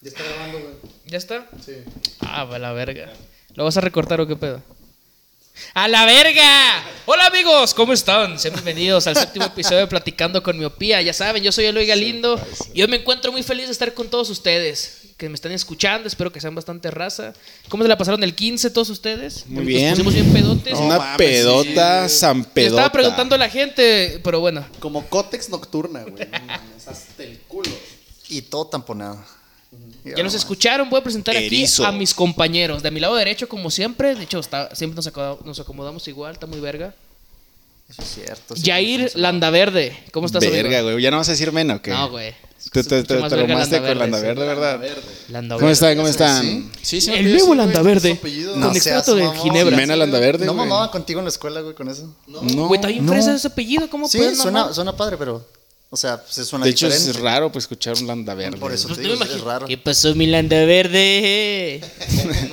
Ya está grabando, güey. ¿Ya está? Sí. Ah, va la verga. ¿Lo vas a recortar o qué pedo? ¡A la verga! Hola amigos, ¿cómo están? Sean bienvenidos al séptimo episodio de Platicando con Miopía. Ya saben, yo soy Eloy Galindo y hoy me encuentro muy feliz de estar con todos ustedes que me están escuchando. Espero que sean bastante raza. ¿Cómo se la pasaron el 15 todos ustedes? Muy Nos bien. pusimos bien pedotes. No Una mames, pedota, sí. san Le pedota. Estaba preguntando a la gente, pero bueno. Como cótex nocturna, güey. No mames, hasta el culo. Y todo tamponado. Ya nos escucharon, voy a presentar aquí Erizo. a mis compañeros. De mi lado derecho, como siempre, de hecho, está- siempre nos, acoda- nos acomodamos igual, está muy verga. Eso es cierto. sí, Jair sí, sí. Landaverde, ¿cómo estás, amigo? Verga, güey. ¿Ya no vas a decir mena o qué? No, güey. Te, te, Mucho te, más te verga romaste con Landa Landaverde, Verde, ¿verdad? verde. sí. Landaverde. ¿Cómo están? ¿Cómo ¿Sí? están? Sí, El nuevo Landaverde. No Con seas extrato de mamón. ginebra. Mena Landa Verde. ¿No güey. mamaban contigo en la escuela, güey, con eso? No. Güey, está bien no. fresa ese apellido, ¿cómo Sí, puedes, suena, mamá? suena padre, pero. O sea, pues, se suena De hecho, diferente. es raro pues, escuchar un Landa Verde. Por eso Pues te no digo, me imagino. es raro. ¿Qué pasó, mi Landaverde?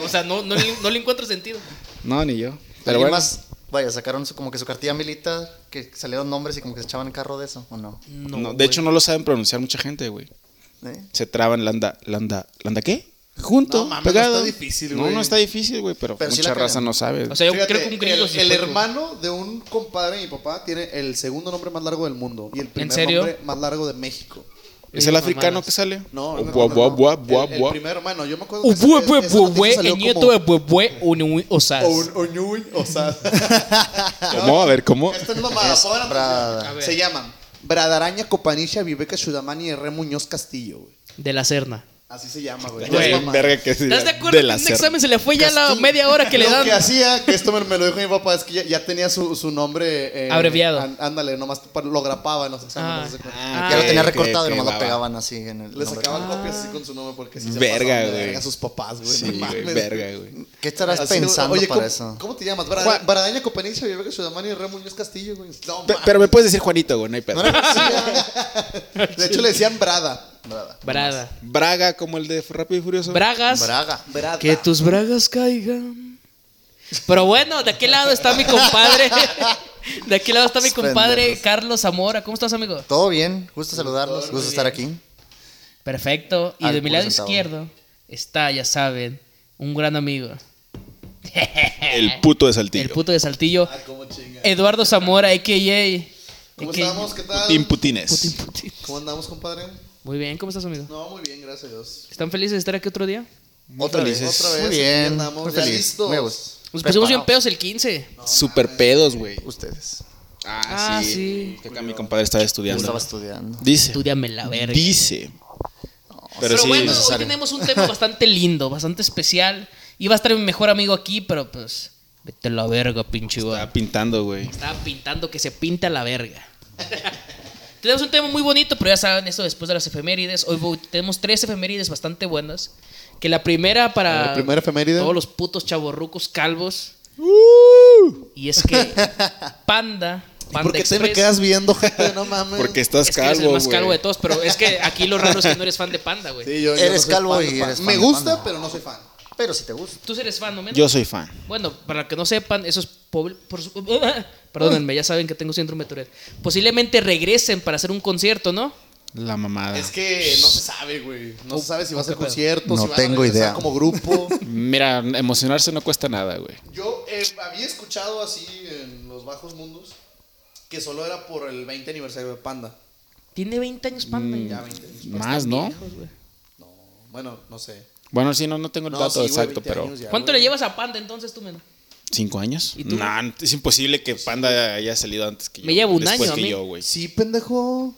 o sea, no, no, le- no le encuentro sentido. No, ni yo. Pero Alguien bueno. más, vaya, sacaron su- como que su cartilla militar, que salieron nombres y como que se echaban en carro de eso, ¿o no? no, de hecho, no lo saben pronunciar mucha gente, güey. ¿Eh? Se traban Landa. ¿Landa ¿Landa qué? Junto, No mames, no está pegado. difícil, No, güey. no está difícil, güey, pero, Pero sí mucha la raza cagan. no sabe. O sea, yo Fíjate, creo que un grillo el, sí el fue, güey. hermano de un compadre de mi papá tiene el segundo nombre más largo del mundo y el primer serio? nombre más largo de México. ¿Es el Mamadas. africano que sale? No, Oh, no, buah, no, buah, no. buah, El- buah, el, buah. primer hermano, yo me acuerdo que esa- Ubue, Uh, esa bue, noticia bue, salió el nieto como- de bue, bue, unui, osas. O un Oñuy, o sea. ¿Cómo? A ver, ¿cómo? Esta es mamada, pongan atención. brada. A ver. Se llaman Bradaraña, Copanilla, Viveca, Sudamani y R. Muñoz Castillo, güey. De la Serna. Así se llama, güey. Ya Güey, es más verga que sí, ¿Estás de acuerdo? que en la un ser- examen se le fue ya la Castillo. media hora que le lo dan. que hacía, que esto me, me lo dijo mi papá, es que ya, ya tenía su, su nombre... eh, Abreviado. an- ándale, nomás pa- lo grapaba en los exámenes. Ah. haz de cuenta. Ah, ya lo ok, tenía ok, recortado ok, y nomás va, lo va. pegaban así en el. Le nombre. sacaban copias así con su nombre porque sí se Verga, pasaban de güey. verga a sus papás, güey. Sí, no güey, mames. verga, güey. ¿Qué estarás Así, pensando oye, para ¿cómo, eso? ¿Cómo te llamas? Brada- Juan- Baradaña, Copenilla, Viveca, Sudamani y R. Muñoz Castillo, güey. No, Pe- mames. Pero me puedes decir Juanito, güey, no hay pedo. De hecho, le decían Brada. Brada. Brada. Braga como el de Rápido y Furioso. Bragas. Braga. Brada. Que tus bragas caigan. Pero bueno, de aquel lado está mi compadre. De aquel lado está mi compadre Pendejos. Carlos Zamora. ¿Cómo estás, amigo? Todo bien, gusto saludarlos, gusto estar aquí. Perfecto. Y Al de mi lado puro centavo. izquierdo está, ya saben, un gran amigo. El puto de Saltillo. El puto de Saltillo. Ah, cómo chinga. Eduardo Zamora, a.k.a. ¿Cómo AKA. estamos? ¿Qué tal? Putin Putines. ¿Cómo andamos, compadre? Muy bien, ¿cómo estás, amigo? No, muy bien, gracias a Dios. ¿Están felices de estar aquí otro día? Otra vez. Otra vez, Muy aquí bien, andamos, muy ya feliz. listos. Muy a gusto. Nos pusimos bien Preparados. pedos el 15. Super pedos, güey. Ustedes. Ah, sí. Que acá mi compadre estaba Yo estudiando. estaba estudiando. Dice. Estudiame la verga. Dice. Pero, Pero sí. bueno, hoy necesario. tenemos un tema bastante lindo, bastante especial. Iba a estar mi mejor amigo aquí, pero pues. Vete a la verga, pinche Estaba guapo. pintando, güey. Estaba pintando que se pinta la verga. tenemos un tema muy bonito, pero ya saben esto después de las efemérides. Hoy voy- tenemos tres efemérides bastante buenas. Que la primera para La primera efeméride. todos los putos chavorrucos calvos. Y es que Panda. Panda ¡Uh! ¿Por qué te me Express- quedas viendo, gente? No mames. Porque estás es que eres calvo, el más güey. calvo de todos, pero es que aquí lo raro es que no eres fan de Panda, güey. Sí, yo- yo Eres soy calvo fan y de Panda. eres fan Me de gusta, Panda. pero no soy fan. Pero si te gusta. Tú sí eres fan, ¿no? Mena? Yo soy fan. Bueno, para que no sepan, esos pobres. Perdónenme, ya saben que tengo síndrome de Tourette. Posiblemente regresen para hacer un concierto, ¿no? La mamada. Es que no se sabe, güey. No se sabe si va a ser ¿Qué pedo? concierto, No si va tengo a regresar idea. como grupo. Mira, emocionarse no cuesta nada, güey. Yo eh, había escuchado así en los bajos mundos que solo era por el 20 aniversario de Panda. Tiene 20 años Panda. Mm. Ya 20 años. Más, ¿no? Bueno, no sé. Bueno, sí, no, no tengo el No, sí, dato güey, exacto, 20 pero. años ya, ¿Cuánto güey. le llevas a Panda entonces tú, Mena? ¿Cinco años? ¿Y tú? Nah, es imposible que Panda haya salido antes que yo. Me lleva un después año a que mí. yo, güey. Sí, pendejo.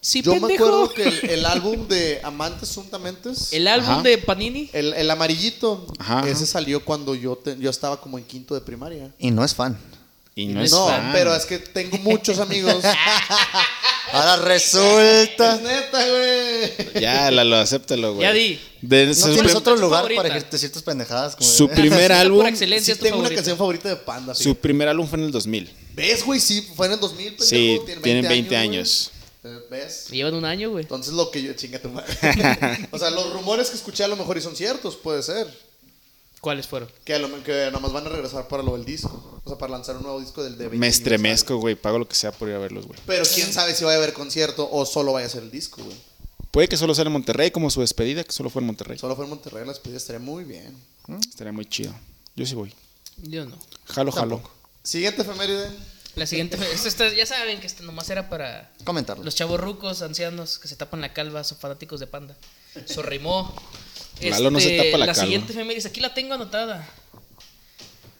Sí, Yo me pendejo. acuerdo que el, el álbum de Amantes Suntamentes, el, El álbum Ajá. de Panini. el, amarillito, Ajá, ajá. ese salió cuando yo, te- yo estaba como en quinto de primaria. Y no es fan. Y no No, es no, fan. pero es que tengo muchos amigos. Ahora es resulta. neta, güey. Ya, Lalo, acéptalo, güey. Ya di. De- No su, tienes prim- otro lugar favorita. para decirte tus pendejadas. Como su primer Por álbum. excelencia Sí, es tu tengo una favorita. canción favorita de Panda. Su Sí. primer álbum fue en el 2000. ¿Ves, güey? Sí, fue en el 2000, pendejo. Sí, tienen 20 güey. años. Eh, ¿Ves? Me llevan un año, güey. Entonces lo que yo chinga tu madre. o sea, los rumores que escuché a lo mejor y son ciertos, puede ser. ¿Cuáles fueron? Que, a lo, que nada más van a regresar para lo del disco. O sea, para lanzar un nuevo disco del de 20 Me aniversario. estremezco, güey. Pago lo que sea por ir a verlos, güey. Pero quién sabe si va a haber concierto o solo vaya a ser el disco, güey. Puede que solo sea en Monterrey, como su despedida, que solo fue en Monterrey. Solo fue en Monterrey, las pedidas estaría muy bien. Estaría muy chido. Yo sí voy. Yo no. Jalo, jalo. Siguiente efeméride. La siguiente. esto está- ya saben que esto nomás era para Comentarlo. los chavos rucos, ancianos que se tapan la calva, son fanáticos de panda. Sorrimó. Lalo no se tapa la calva. siguiente efemérides, aquí la tengo anotada.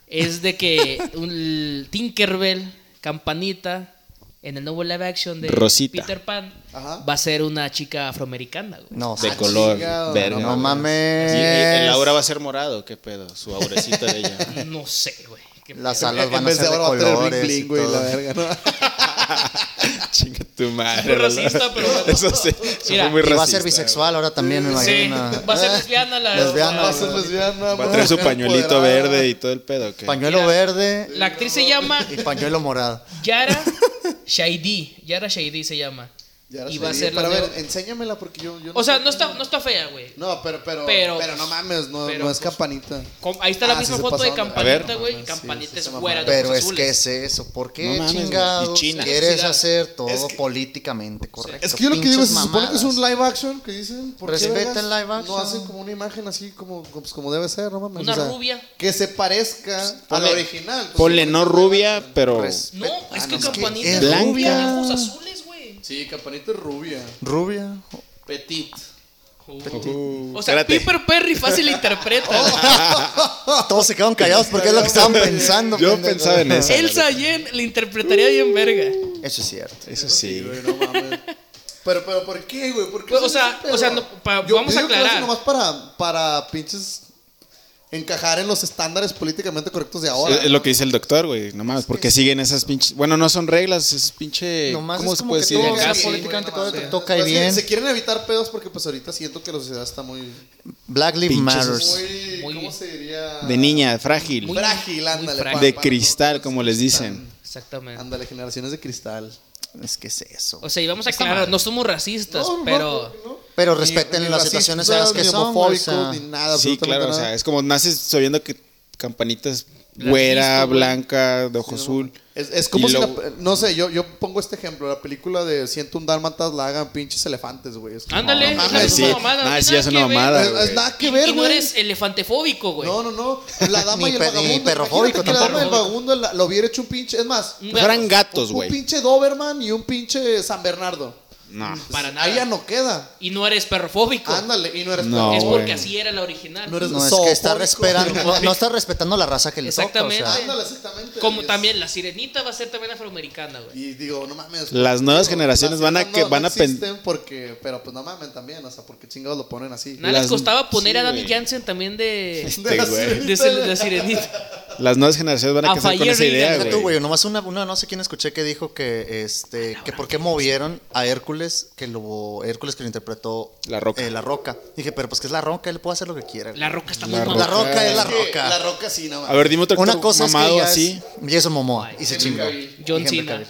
Es de que un Tinkerbell, campanita, en el nuevo live action de Rosita. Peter Pan, Ajá. va a ser una chica afroamericana. güey. No, De sí. color. Ah, chingado, verga. No Y- mames. y el aura eh, va a ser morado, qué pedo. Su aurecita de ella. No sé, güey. Qué Las pedo. alas en van a vez ser de de ahora va a tener colores. bling y bling, güey, la todo. verga, ¿no? Chinga tu madre. Fue racista, Lalo. pero bueno. Eso sí. eso Mira, fue muy Y va a racista, ser bisexual ahora también, me Sí, imagino. Ah, va a ser lesbiana la. Lesbiana. Va a la- ser lesbiana, Va a traer su mujer pañuelito empoderada. verde y todo el pedo. ¿o qué? Pañuelo Mira. verde la actriz se llama y pañuelo morado. Yara Shaidi. Yara Shaidi se llama. Ya la y va a sabía. ser la. Pero a nueva- ver, enséñamela porque yo, yo O sea, sé- no está, no está fea, güey. No, pero, pero, Pero, pero, no mames, no, pero, no es pues, campanita. Com- Ahí está la Ah, misma sí se foto de pasaron de- A ver. campanita, güey. No mames, campanita sí, es se güera de mamaron. Pero ojos es que azules. es eso. ¿Por No qué mames, güey. Y chingados China. quieres Necesidad. hacer todo Es que- políticamente correcto? Es que yo lo que digo es, se Pinches supone que es un mamadas. live action que dicen. ¿por qué Respeta vergas el live action. No hacen como una imagen así como, pues, como debe ser, no mames. Una o sea, rubia. Que se parezca a la ponle- original. pues, Ponle sí, no porque- rubia, pero. Res- No, es Ah, no, que es que campanita es es rubia de blanca. ojos azules, güey. Sí, campanita es rubia. Rubia. Petit. Uh, O sea, espérate. Piper Perry fácil la Ah, interpreta. Ah, Todos se quedaron callados porque es lo que estaban pensando. Yo pendejo. pensaba en eso. Elsa Yen la interpretaría bien verga. Eso es cierto. Eso sí. güey, no mames. Pero, pero, ¿por qué, güey? ¿Por qué Pues, o hacen sea, ese pedo? o sea, no, pa- Yo vamos a digo que lo hacen aclarar. nomás para, para pinches encajar en los estándares políticamente correctos de ahora. Es- es lo que dice el doctor, güey. No mames, porque siguen esas pinches. Bueno, no son reglas, es pinche. Nomás ¿Cómo es se como puede que decir? todo Acá es sí, políticamente güey, no correcto, mames. toca y Pues, bien. Se quieren evitar pedos porque pues ahorita siento que la sociedad está muy... Black Lives Pinches- Matters. muy, Muy- ¿Cómo se diría? De niña, frágil. Muy- Frágil, ándale. frágil. pa- de pa- cristal, no, como les dicen. Exactamente. Ándale, generaciones de cristal. Es que es eso. O sea, y vamos a aclarar, no somos racistas, No, no, pero no. Pero Ni- respeten ni las situaciones en racistas, las que ni son. o homofóbicos, sea. ni nada, Sí, absolutamente claro, o nada. sea, es como naces sabiendo que campanitas Blanquista, güera, güey. blanca, de ojo azul. Es, es como Y si luego- la- no sé, yo, yo pongo este ejemplo, la película de Siento un Dálmatas la hagan pinches elefantes, güey. Es como- Ándale, no, es mames, la sí. misma no, mamada. nah, no hay sí, nada es que una ver. mamada. es, es nada que ver, y no güey. eres elefantefóbico, güey. No, no, no. La dama Ni y el pe- ni vagabundo. perrofóbico imagínate que la dama y el tampoco. vagabundo la- lo hubiera hecho un pinche, es más, Un Que Fueran Pues gatos, un, un güey. pinche Doberman y un pinche San Bernardo. Pues, No. Para nada. Ahí ya no queda. Y no eres perrofóbico. Ándale, y no eres No, es perro. porque güey. así era la original. No eres- No, es Zoofóbico. que está respetando, no, no está respetando la raza que le toca. O Exactamente. sea, Ándale, exactamente. Como Y es- también la sirenita va a ser también afroamericana, güey. Y digo, no mames. Las nuevas digo, generaciones las van a no- que- no van a pen- existen porque, pero pues no mames también, o sea, porque chingados lo ponen así. Nada les Las- costaba poner sí, a Danny güey. Jansen también de, Este, güey. de ser- la sirenita. Las nuevas generaciones van a A crecer con Fire esa idea, Regan, Tú, güey. güey, nomás una, una, no sé quién escuché que dijo que, este, Ah, que por qué movieron a Hércules, que lo, Hércules que lo interpretó La Roca. eh, la Roca. Dije, pero pues que es la Roca, él puede hacer lo que quiera. La güey. roca está muy La mamada. La Roca es la Es que Roca. La roca sí, no A mames. ver, dime otro Una actor cosa es que mamado ella así. es Jason Momoa y se Henry chingó. Cavill. Y John Henry Cena. Cavill.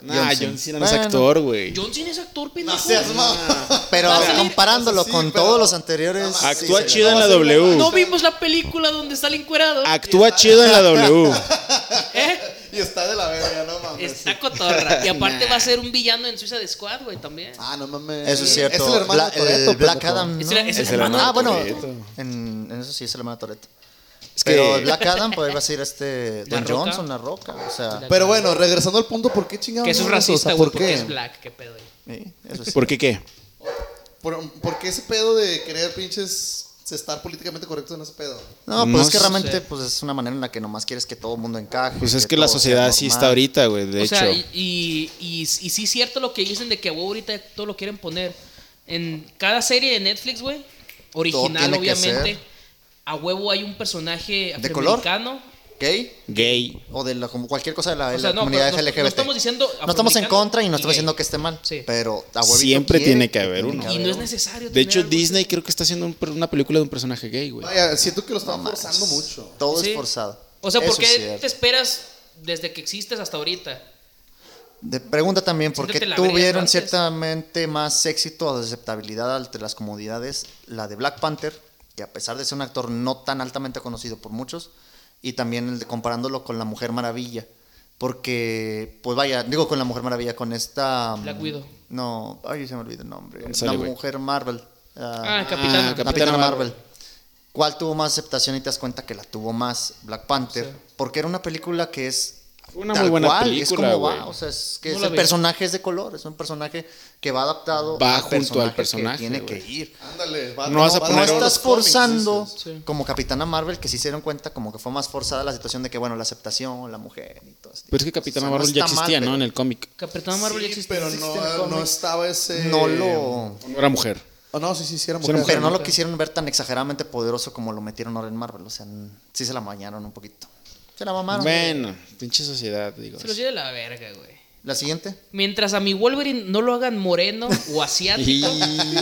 Nah, John John Cena no es Bueno. actor, güey. John Cena es actor, pendejo. No seas mamá. Pero Va a salir- comparándolo o sea, sí, con pero- todos los anteriores. No, Actúa sí, sí, chido en la No, W. No vimos la película donde sale encuerado. Actúa chido en la W. ¿eh? Y está de la verga, no mames. Está cotorra. Y aparte va a ser un villano en Suiza de Squad, güey, también. Ah, no mames. Eso es cierto. Es el hermano Bla- de Toretto, el Black pendejo. Adam. Es ¿no? el- es el Es el hermano Ah, bueno. de Toretto. En, en eso sí es el hermano Toreto. Es Pero que- el Black Adam, pues va a ser este. La Don Roca. Johnson, la roca. O sea. La- Pero bueno, regresando al punto, ¿por qué chingados? Que eso es hacen O racista, sea, güey, porque es black, qué pedo. güey. sí, eso sí. ¿Por qué qué? ¿Por, por qué ese pedo de querer pinches estar políticamente correcto en ese pedo? No, pues No es sé. que realmente pues, es una manera en la que nomás quieres que todo el mundo encaje. Pues es que la todo sea sociedad así normal. está ahorita, güey. De o hecho. sea, y, y, y- y sí es cierto lo que dicen de que güey, ahorita todo lo quieren poner. En cada serie de Netflix, güey, original tiene que obviamente, ser. a huevo hay un personaje ¿De color? afroamericano. ¿Gay? Gay. O de la, como cualquier cosa de la, de O sea, la no, comunidad pero no- LGBT. no estamos diciendo No estamos en afroamericano contra y y no estamos gay. diciendo que esté mal. Sí. Pero a huevito Siempre quiere tiene que que haber tiene uno. Y que haber no es uno. necesario. De tener hecho, algo así. Disney creo que está haciendo un per- una película de un personaje gay, güey. Vaya, siento que lo están forzando mucho. Todo Sí. es forzado. O sea, Eso ¿por es qué cierto. te esperas desde que existes hasta ahorita? De- pregunta también, ¿por qué Siéntete la verga tuvieron antes. ciertamente más éxito o aceptabilidad ante las comodidades la de Black Panther, que a pesar de ser un actor no tan altamente conocido por muchos, y también el de- comparándolo con La Mujer Maravilla, Porque, pues vaya, digo con la Mujer Maravilla, con esta. mm, Black Widow. No, ay, se me olvidó el nombre. ¿Dónde La sale, güey? Mujer Marvel. Ah, Capitana. Capitana, Marvel. ¿Cuál tuvo más aceptación y te das cuenta que la tuvo más Black Panther? Porque era una película que es Fue una tal muy buena cual, película, Es como güey. va, o sea, es que No es la el vi. personaje es de color, es un personaje que va adaptado Va al junto al personaje, que tiene güey. que ir. Ándale, va, No vas a va- poner No va- ahora estás los cómics, forzando dices. Sí. como Capitana Marvel que sí se dieron cuenta como que fue más forzada la situación de que bueno la aceptación, la mujer y todo. Pero es que Capitán Marvel Marvel ya existía, ¿no? En el cómic. Capitana Marvel Sí, existe. pero existe en no, no cómics. estaba ese... No lo No era mujer. Oh, no, sí, sí, sí, era Sí, era mujer. Pues, Pero no lo quisieron ver tan exageradamente poderoso como lo metieron ahora en Marvel. O sea, n- sí se la mañaron un poquito. Se la mamaron. Bueno, pinche sociedad, digo. Se los lleva la verga, güey. La siguiente. Mientras a mi Wolverine no lo hagan moreno o Y... asiático,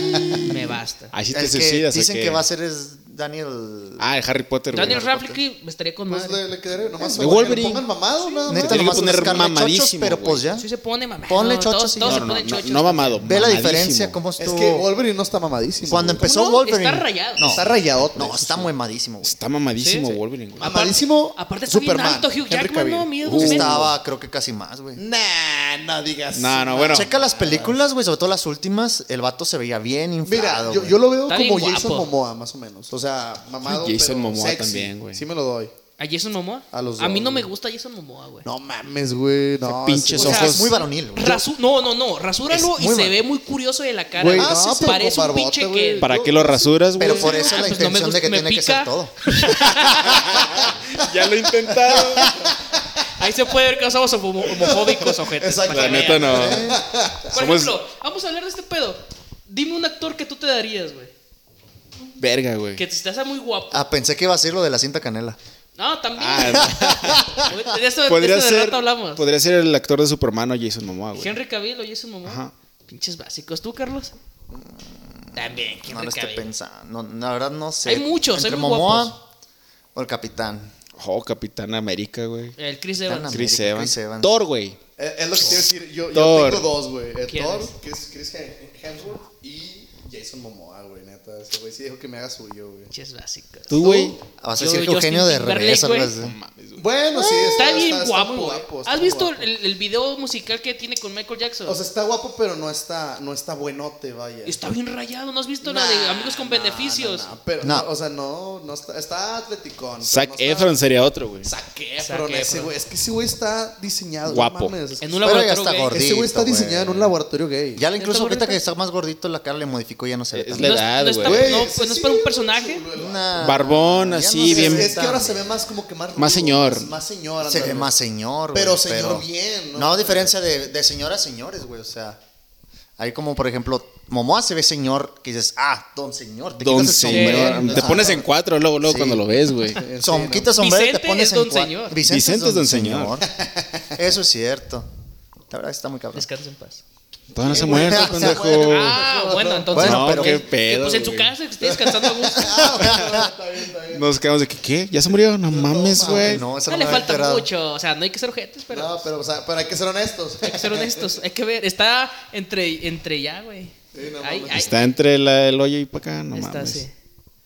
me basta. Ahí sí te El que suicidas. ¿o dicen qué? que va a ser es Daniel. Ah, el Harry Potter, güey. Daniel Radcliffe estaría con Pues madre. le, le quedaría nomás... para De que le Wolverine. pongan mamado, nada más. Neta, Neta, le voy nomás a poner buscarle chochos, mamadísimo, pero güey. pues ¿Ah? ya. Sí se pone mamá. Ponle no, chochos todos- y- todos No, se no, ponen no, chochos. no mamado. Ve la mamadísimo. diferencia, cómo Es estuvo. que Wolverine no está mamadísimo. Cuando güey. empezó no? Wolverine. Está rayado. No, Está rayado. no, está muy madísimo. güey. Está mamadísimo Sí, sí. Wolverine, güey. Mamadísimo Aparte está bien Superman, alto Hugh Henry Jackman, Cavill. no, miedo. Uh. Estaba, creo que casi más, güey. Nah, no digas. No, no, bueno. Checa las películas, güey, sobre todo las últimas. El vato se veía bien inflado. Mira, yo, güey. yo lo veo Está bien como Jason guapo. Momoa, más o menos. O sea, mamado. Jason pero Momoa sexy. también, güey. Sí, me lo doy. ¿A Jason Momoa? A los mí dos, no me güey. gusta Jason Momoa, güey. No mames, güey. No, pinches ese- O sea, ojos. es muy varonil. güey. Rasu- no, no, no. Rasúralo Es y muy se mal. ve muy curioso de la cara. Güey, güey. no, sí, pero parece con un pinche barbota, que. güey. ¿Para qué lo rasuras, güey? Pero por eso Ah, la pues no me intención de gusta- que me tiene que pica. ser todo. Ya lo intentaron. Ahí se puede ver que somos homo- homofóbicos, ojete. Exacto. La neta no. Por Somos- ejemplo, vamos a hablar de este pedo. Dime un actor que tú te darías, güey. Verga, güey. Que te hace muy guapo. Ah, pensé que iba a ser lo de la cinta canela. No, también. Ah, Güey, de esto, de podría, esto de ser, rato hablamos. podría ser el actor de Superman o Jason Momoa, Ah, güey. Henry Cavill o Jason Momoa. Ajá. Mm, Pinches básicos. ¿Tú, Carlos? También, Henry No lo estoy Cavill. pensando. No, la verdad no sé. Hay muchos, Entre hay muy Momoa guapos. o el capitán. Oh, Capitán América, güey. El Chris Ana Evans. América, Chris Evans. Chris Evans. Thor, güey. Eh, Es lo que quiero decir. Yo, yo Thor. tengo dos, güey. Eh, ¿Quién Thor, es? que es Chris Hem- Hemsworth, y Jason Momoa, güey, neta. Ese güey sí dijo que me haga suyo, güey. Pinches básicos. Tú, güey. Ah, Vas a Yo- decir que Justin Eugenio de Timberlake, revés o algo güey. así. Bueno, sí, Está bien está guapo. muy güey. guapo, está ¿Has muy visto guapo. el, el video musical que tiene con Michael Jackson? O sea, está guapo, pero no está, no está buenote, vaya. Está bien rayado. ¿No has visto la de Amigos con Beneficios? No, no, pero, No. o sea, no, no está, está atleticón. pero Zac no está- Efron sería otro, güey. Zac Zac Efron, ese Efron. güey. Es que ese güey está diseñado. Guapo. No mames. En un Pero ya laboratorio está gay. gordo. Ese güey está Gordito, diseñado en güey. un laboratorio gay. Ya le- incluso ¿Está ahorita bonito? que está más gordito, la cara le modificó y ya no se ve Es tan la No, mal. edad, no está- güey. no, pues no es para un personaje. Nah, Barbón, así, se Es, bien- ve es que tan ahora bien. se ve más como que más rudo, Más señor. Más señor. Se ve ándale. más señor, güey, Pero señor bien, ¿no? No, diferencia de, de señor a señores, güey, o sea. Hay como, por ejemplo, Momoa se ve señor, que dices, ah, don señor. Te Don quitas el sombrero. señor. Te Ah, pones en cuatro luego, luego Sí. cuando lo ves, güey. Eh, Son, sí, ¿no? quitas sombrero y te Vicente pones es en don cua- señor. Vicente es don señor. Eso es cierto. La verdad está muy cabrón. Descansa en paz. Todavía no se muere, bueno, pendejo. bueno. Ah, bueno, entonces. Bueno, Oh. No, pero- qué que, Que, pedo. pues en su güey. casa esté descansando a gusto. Ah, Está bien, está bien. Nos quedamos de que, ¿qué? ¿Ya se murió? No mames, güey. Ah, No, eso No no le me había falta enterado. mucho. O sea, no hay que ser ojetes, pero No, pero, o sea, pero hay que ser honestos. hay que ser honestos. Hay que ver. Está entre, entre ya, güey. Sí, no Ay, mames. ay, Está entre la, el hoyo y para acá, no está, mames. sí.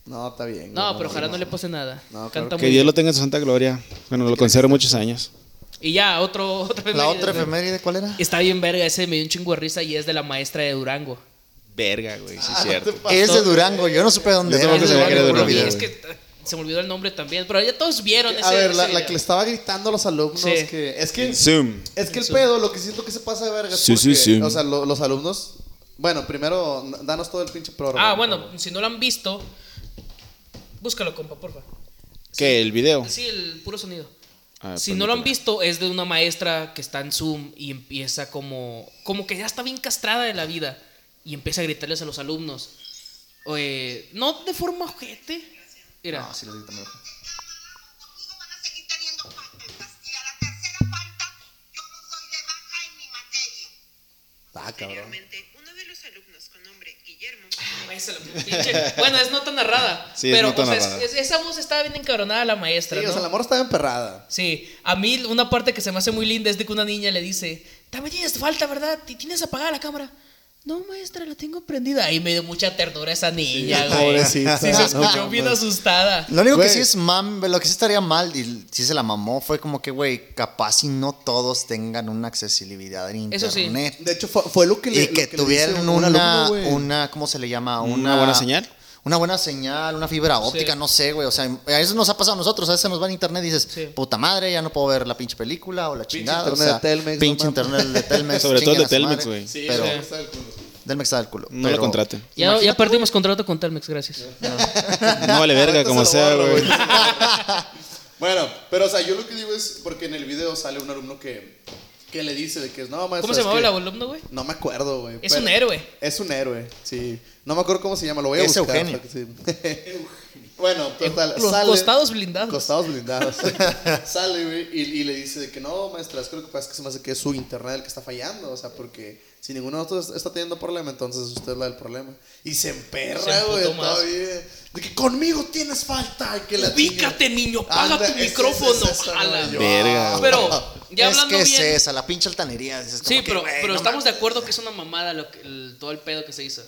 No, está bien. No, güey, pero ojalá sí, no le pase nada. No, claro Canta Que muy Dios bien. lo tenga en su santa gloria. Bueno, lo considero muchos años. Y ya, otro, otra La otra efeméride, ¿cuál era? Está bien verga, ese me dio un chingo de risa y es de la maestra de Durango. Verga, güey, sí es Ah, cierto. te pasó. Es de Durango, yo no supe dónde Yo era. tampoco Es de sabía que era de Durango, Durango, y güey. Es que eh, se me olvidó el nombre también, pero ya todos vieron ese A ver, ese la, la video. que le estaba gritando a los alumnos Sí. que... Es que... Zoom. Es que el pedo, lo que siento que se pasa de verga es Sí, sí, porque, sí. o sea, lo- los alumnos... Bueno, primero, n- danos todo el pinche programa. Ah, bueno, si no lo han visto, búscalo, compa, porfa. ¿Qué? ¿El video? Sí, el puro sonido. Ah, si no lo han permíteme. visto, es de una maestra que está en Zoom y empieza como. como que ya está bien castrada de la vida. Y empieza a gritarles a los alumnos. Eh, no de forma ojete. Mira. No, sí lo digo también. conmigo van a seguir teniendo faltas y a la tercera falta yo no soy de baja en mi materia. Ah, cabrón. Posteriormente, uno de los alumnos con nombre Guillermo Maestra, la pinche- bueno, es nota narrada. Sí, es pero nota o sea, es- narrada. es- esa voz estaba bien encabronada la Sí, maestra. o ¿no? sea, la morra estaba emperrada. Sí, a mí una parte que se me hace muy linda es de que una niña le dice, también tienes falta, ¿verdad? Y tienes apagada la cámara. No, maestra, la tengo prendida. Ahí me dio mucha ternura esa niña, güey. pobrecita. Sí, se No, escuchó bien mames. asustada. Lo único Güey. que sí es mam, lo que sí estaría mal y sí se la mamó fue como que, güey, capaz y no todos tengan una accesibilidad en internet. Eso sí. De hecho, fue, fue lo que le y lo que le tuvieran dice un- un una, alumno, güey. una, ¿cómo se le llama? Una, ¿Una buena señal? Una buena señal, una fibra óptica, Sí. no sé, güey. O sea, a veces nos ha pasado a nosotros, a veces se nos va en internet y dices, Sí. puta madre, ya no puedo ver la pinche película o la chingada. internet o sea, de Telmex, Pinche no internet de Telmex. Sobre todo el de chinguen a su Telmex, madre. güey. Sí, pero eso está del culo. Telmex está del culo. No lo pero- contraten. Ya, ya perdimos contrato con Telmex, gracias. No vale verga Ahorita como se lo sea, borro, güey. ahorita se lo borro. bueno, pero o sea, yo lo que digo es porque en el video sale un alumno que, que le dice de que es no, maestra, ¿Cómo se es llamaba que- el alumno, güey? No me acuerdo, güey. Es un héroe. Es un héroe, sí. No me acuerdo cómo se llama, lo voy a Es buscar. Eugenio. para que sí. bueno, total, Eh, Los sale- costados blindados. Costados blindados. sale, güey, y, y le dice de que no, maestra, es que lo que pasa es que se me hace que es su internet el que está fallando, o sea, porque si ninguno de nosotros está teniendo problema, entonces usted es la del problema. Y se emperra, Se güey, emputó más. todavía. De que conmigo tienes falta y que la Ubícate, niño, paga Anda, tu es- es- micrófono. es eso, a la- güey. Verga, güey. Pero, ya es hablando que bien. es esa, la pinche altanería. dices como sí, que, pero, güey, pero no estamos de mames. acuerdo que es una mamada lo que- el- todo el pedo que se hizo.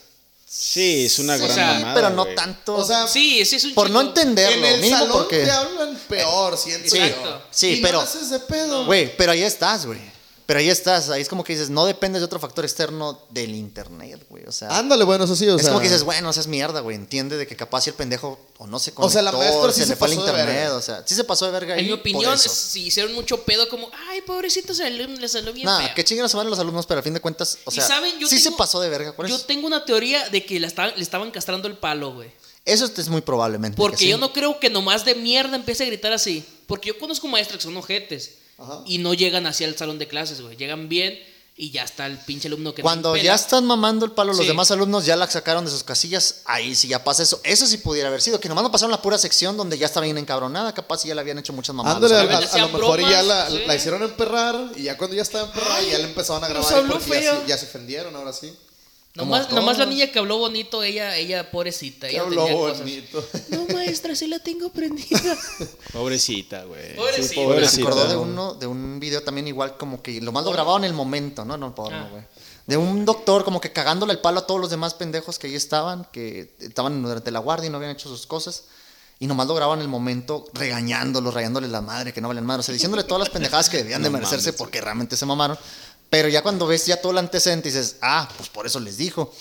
Sí, es una O gran sea, mamada, Pero no güey. tanto. O sea, Sí, sí es un por no chico- En entenderlo, el mínimo salón porque. te hablan peor, siento Sí, yo. exacto. Sí, Y no pero- haces de pedo. Güey, pero ahí estás, güey. Pero ahí estás, ahí es como que dices, no dependes de otro factor externo del internet, güey. O sea, Ándale, bueno, eso sí, o es sea. como que dices, bueno, seas mierda, güey. Entiende de que capaz si el pendejo o no se conectó, O sea, la maestra sí se, se le fue al pasó de internet, verga. o sea, sí se pasó de verga. En ahí mi por opinión, eso. si hicieron mucho pedo como, ay, pobrecitos alumnos, les salió bien. Nah, feo". que chinguen a su madre los alumnos, pero al fin de cuentas, o Y sea, saben, yo sí se tengo- pasó de verga. ¿cuál Yo es? tengo una teoría de que la estaban- le estaban castrando el palo, güey. Eso es muy probablemente. que Porque sí. yo no creo que nomás de mierda empiece a gritar así. Porque yo conozco maestros que son ojetes y no llegan así al salón de clases, güey. Llegan bien y ya está el pinche alumno que no Cuando me ya pela. están mamando el palo, los Sí. demás alumnos ya la sacaron de sus casillas. Ahí sí ya pasa eso. Eso sí pudiera haber sido. Que nomás no pasaron la pura sección donde ya estaba bien encabronada. Capaz y ya le habían hecho muchas mamadas. Ándale, O sea, a, también a- a hacían lo mejor bromas, ya la, sí. la hicieron emperrar y ya cuando ya estaba emperrada ya le empezaban a nos grabar y habló porque ya feo. se- ya se ofendieron ahora sí. Nomás, como a nomás la todos. niña que habló bonito, ella, ella pobrecita. Que Ella habló tenía cosas. bonito. No, maestra, sí la tengo prendida. Pobrecita, güey. Sí, Ah, Pobrecita. Me pobrecita. acordó de, uno, de un video también igual como que lo más lo grabado en el momento, ¿no? No, porno, Ah. güey. De un doctor como que cagándole el palo a todos los demás pendejos que ahí estaban, que estaban durante la guardia y no habían hecho sus cosas. Y nomás lo grababan en el momento regañándolos, rayándoles la madre, que no valen madre. O sea, diciéndole todas las pendejadas que debían de No merecerse mames, porque realmente se mamaron. Pero ya cuando ves ya todo el antecedente dices, ah, pues por eso les dijo.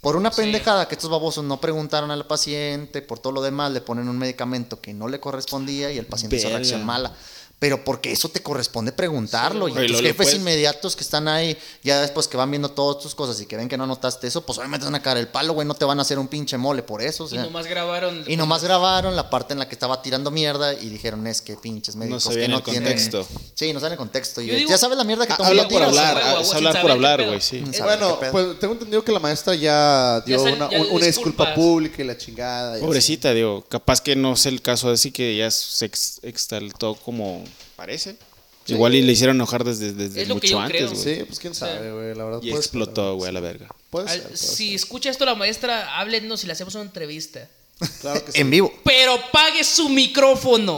Por una pendejada que estos babosos no preguntaron al paciente, por todo lo demás le ponen un medicamento que no le correspondía y el paciente hizo Verga. reacción mala. Pero porque eso te corresponde preguntarlo. güey. y tus Oye, Lolo, jefes pues. inmediatos que están ahí, ya después que van viendo todas tus cosas y que ven que no notaste eso, pues obviamente te van a caer el palo, güey. No te van a hacer un pinche mole por eso. o y sea. nomás grabaron. Y nomás grabaron la parte en la que estaba tirando mierda y dijeron, es que pinches médicos sabían que el no tienen... contexto. Sí, no saben el contexto. Y Yo digo- ya sabes la mierda que Ah, todo Habla mundo Sí, por tira, sí, hablar, sí, ah, sí, es sí, hablar sí, por sí, hablar, sí, güey, sí. sí. saben Bueno, qué pedo. pues tengo entendido que la maestra ya dio sal- una, ya un- una disculpas. disculpa pública y la chingada. y así. Pobrecita, digo, capaz que no es el caso así que ya se ex- exaltó como parece. Igual y le hicieron enojar desde, desde Es lo que mucho yo creo. antes, güey. Sí, pues quién sabe, güey, la verdad. Y puede explotó, güey, a la verga. ser, puede Al- ser, pues, puede si escucha esto la maestra, háblenos y le hacemos una entrevista. ser. Claro que sí. En vivo. Pero pague su micrófono.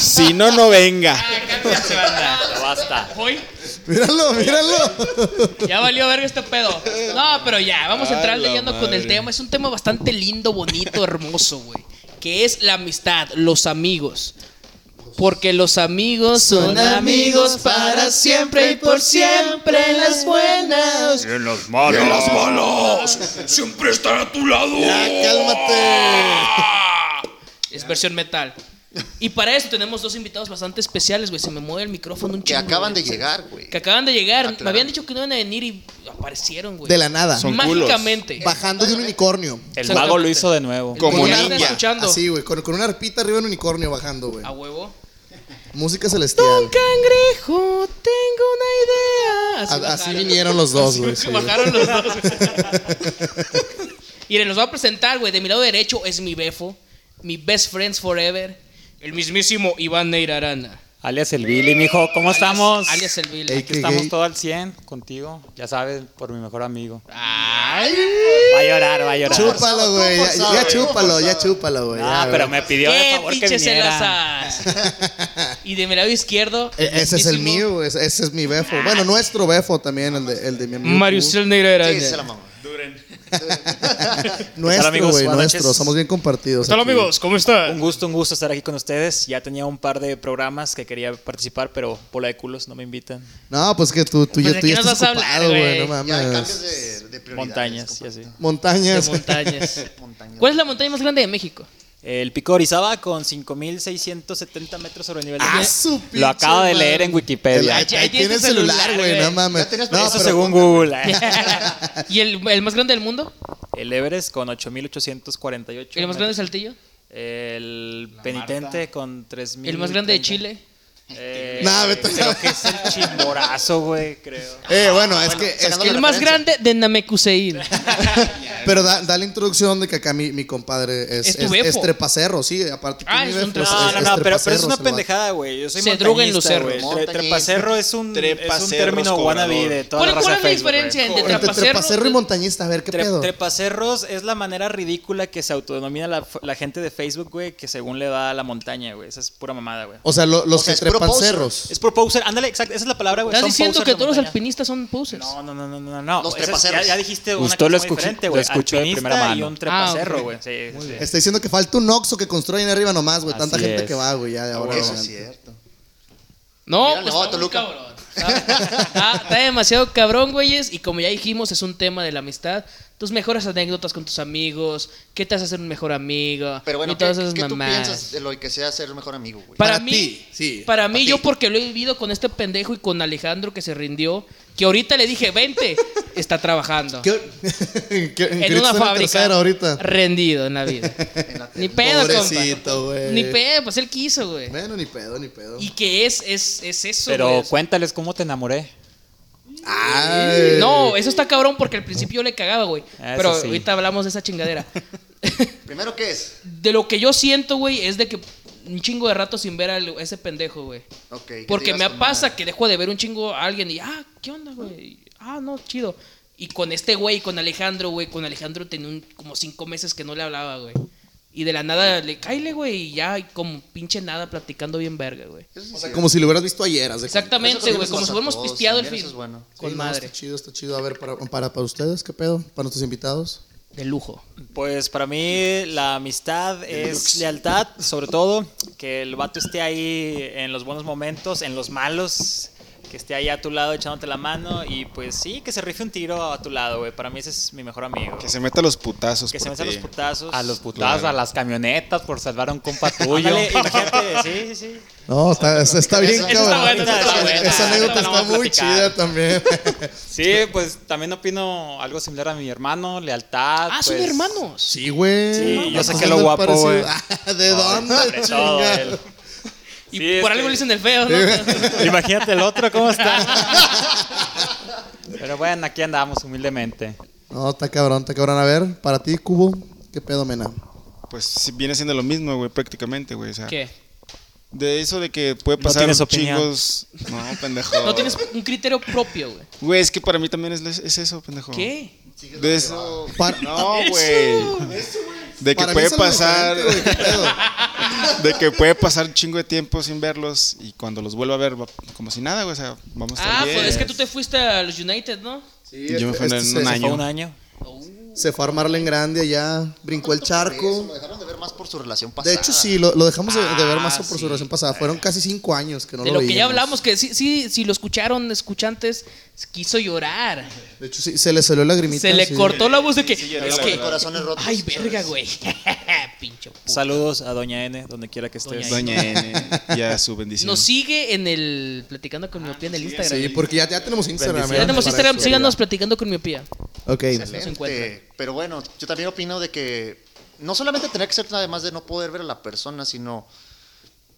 si no, no venga. Ah, cálmense, banda. Ya basta. Hoy Míralo, míralo. ya valió verga este pedo. No, pero ya, vamos a A entrar la leyendo con el madre. tema. Es un tema bastante lindo, bonito, hermoso, güey. Que es la amistad, los amigos. Porque los amigos son amigos para siempre y por siempre en las buenas. Ya, cálmate. Es versión metal. Y para eso tenemos dos invitados bastante especiales, güey. Se me mueve el micrófono un Que chingo, acaban de güey. llegar, güey. Que acaban de llegar. Me claro. habían dicho que no iban a venir y aparecieron, güey. De la nada. Son culos. Mágicamente. Bajando de un unicornio. El Exactamente. mago lo hizo de nuevo. El Como que ya están ninja. escuchando. Así, güey, con, con una arpita arriba de un unicornio bajando, güey. A huevo. Música celestial. Cangrejo, tengo una idea. A- Así, bajaron. vinieron los dos, Así güey. que sí, güey. bajaron los dos. Miren, los voy a presentar, güey. De mi lado derecho es mi befo, mi best friends forever, el mismísimo Iván Neira Arana. Alias el Billy, mijo, ¿cómo estamos? Alias el Bill. Ey, Aquí qué gay. estamos todo al 100 contigo, ya sabes, por mi mejor amigo. Ay, Va a llorar, va a llorar. Chúpalo, güey. Ya, ya chúpalo, ya chúpalo, güey. Ah, ya, pero güey. me pidió de qué favor que pinches viniera. celosas. y de mi lado izquierdo. E- ese es el mismísimo mío, ese, ese es mi befo. Bueno, nuestro befo también, el de, el de mi amigo. Maricel Negra era. Sí, se la mamó. Nuestro, amigos? güey, Buenas nuestro. noches. Somos bien compartidos. aquí. ¿Cómo están? Un gusto, un gusto estar aquí con ustedes. Ya tenía un par de programas que quería participar, pero bola de culos no me invitan. No, pues que tú, tú, Pues, ya- ¿de tú qué ya nos estás vas a hablar, ocupado, güey. No güey? Ya hay cambios mames. de, de prioridades. Montañas y así. De Montañas. montañas. Montañas. ¿Cuál es la montaña más grande de México? El pico de Orizaba con 5.670 metros sobre el nivel del Ah, mar. su Lo acabo pinche de leer en El- Wikipedia. ahí, Ya ahí tienes tiene el tu celular, celular, güey. güey. No mames. Ya tenías No, Eso pero- según Google. ¿eh? ¿Y el, el más grande del mundo? El Everest con 8.848. ¿El más grande de metros. Saltillo? El penitente con 3.000. ¿El más grande de Chile? Eh, Nah, vete a la- creo que es el chimborazo, güey, creo. Eh, bueno, Ah, es que. es sacando que- El más grande de Namekuseid. pero da, da la introducción de que acá mi, mi compadre es, Es tu es, befo. es trepacerro, sí. Aparte, que Ah, mi es befo un No, Pues no, es- no, pero, pero es Este- trepacerro, una el vato. pendejada, güey. Yo soy Se droga en montañista, Lucero. güey. Tre- Montañista. Trepacerro es un, es un Trepacerros término cobrador. wannabe de toda ¿Cuál, la raza cuál es de la Facebook, güey. diferencia entre Entre trapacerro, trepacerro y montañista, a ver qué Tre- pedo. trepacerros es la manera ridícula que se autodenomina la, la gente de Facebook, güey, que según le va a la montaña, güey. Esa es pura mamada, güey. O sea, lo- los O sea, que es puro trepan poser. cerros. Es proposer, ándale, exacto, esa es la palabra, güey. ¿Estás son diciendo posers que de todos los montaña. alpinistas son posers? No, no, no, no, no, no. Los Esa es- trepacerros. ya, ya dijiste una Usted cosa lo muy escuchó- diferente, lo güey. escuchó de Alpinista primera y mano. un Ah, trepacero, ok. güey. Sí, sí, sí. Está diciendo que falta un oxo que construyen arriba nomás, güey. Tanta Así gente es. que va, güey, Ah, ya de ahora. en Eso es adelante. cierto. No, Mira, pues no, está muy Toluca. cabrón. Está, está demasiado cabrón, güeyes. Y como ya dijimos, es un tema de la amistad. Tus mejores anécdotas con tus amigos. ¿Qué te hace ser un mejor amigo? Pero bueno, y todas ¿qué, esas qué tú mamás. piensas de lo que sea ser mejor amigo, güey? Para, Para mí, ti, sí, para mí, para yo ti. porque lo he vivido con este pendejo y con Alejandro que se rindió, que ahorita le dije, vente, está trabajando. ¿Qué, qué- qué en una está fábrica. tercera ahorita. Rendido en la vida. En la- Ni pedo, compa. Pobrecito, güey. Ni pedo, pues él quiso, güey. Bueno, ni pedo, ni pedo. Y que es, es, es eso, güey. Pero cuéntales cómo te enamoré. Ay. No, eso está cabrón porque al principio yo le cagaba, güey. Ah, Eso Pero sí. ahorita hablamos de esa chingadera. Primero, ¿qué es? de lo que yo siento, güey, es de que un chingo de rato sin ver a ese pendejo, güey. Ok, que te Porque digas me con pasa madre. que dejo de ver un chingo a alguien y, ah, ¿qué onda, güey? Ah, no, chido. Y con este güey, con Alejandro, güey, con Alejandro tenía un- como cinco meses que no le hablaba, güey. Y de la nada le caile, güey, y ya y como pinche nada platicando bien verga, güey. Eso sí O es sea, cierto. como si lo hubieras visto ayer. haz de cuenta. Exactamente, Eso güey, nos como pasa si a hubiéramos todos, pisteado el también fin. eso es bueno. Sí, Con no, madre. Está chido, está chido. A ver, para, para, para ustedes, ¿qué pedo? Para nuestros invitados. De lujo. Pues para mí la amistad es lealtad, sobre todo que el vato esté ahí en los buenos momentos, en los malos, que esté ahí a tu lado echándote la mano y pues sí, que se rife un tiro a tu lado, güey. Para mí ese es mi mejor amigo. Que se meta los putazos. Que se por metan los ti. putazos. A los putazos, Claro. a las camionetas por salvar a un compa tuyo. Ándale, imagínate, sí, sí, sí. No, está, está, está bien, Esa está cabrón. buena, esa está buena. Esa anécdota Esa la está vamos a muy platicar. chida también. Sí, pues también opino algo similar a mi hermano, lealtad. Ah, son pues, hermanos. Sí, güey. Sí, yo No, sé pues, que lo andan guapo, parecido. güey. Ah, ¿De dónde? Sobre todo chinga? él. Y Sí, por es algo que- le dicen el feo, ¿no? Imagínate el otro, ¿cómo está? Pero bueno, aquí andamos humildemente. No, está cabrón, está cabrón. A ver, para ti, Cubo, ¿qué pedo, mena? Pues sí, viene siendo lo mismo, güey, prácticamente, güey. O sea, ¿Qué? De eso de que puede No pasar tienes opinión. chingos. No, pendejo. No tienes un criterio propio, güey. Güey, es que para mí también es, es eso, pendejo. ¿Qué? De eso. Para- No, güey. De que Para mí puede es algo pasar. diferente, güey, ¿qué pedo? De que puede pasar un chingo de tiempo sin verlos y cuando los vuelva a ver, va- como si nada, güey. O sea, vamos a estar Ah, bien. pues es que tú te fuiste a los United, ¿no? Yo me fui en Este un se- año. Fue un año. Se fue a armarle en grande allá, brincó el Eso, lo charco. dejaron de ver más por su relación pasada. De hecho, sí, lo, lo dejamos de, de ver más Ah, por su sí. relación pasada. Fueron casi cinco años que no de lo lo que ya veíamos. hablamos, que sí, sí, si lo escucharon, escuchantes, quiso llorar. De hecho, sí, se le salió lagrimita. Se le sí. cortó la voz de que. lloré, es la que- Con corazones rotos. Ay, verga, güey. Pincho. puto. Saludos a Doña N, donde quiera que estés. Doña Doña N. Y a su bendición. Nos sigue en el. Platicando con miopía en el Instagram. Sí, porque ya, ya tenemos Instagram. ¿eh? Bendiciones. Ya tenemos Para Instagram, eso. síganos platicando con miopía. Ok. se encuentran. Excelente. Pero bueno, yo también opino de que no solamente tener que ser además de no poder ver a la persona, sino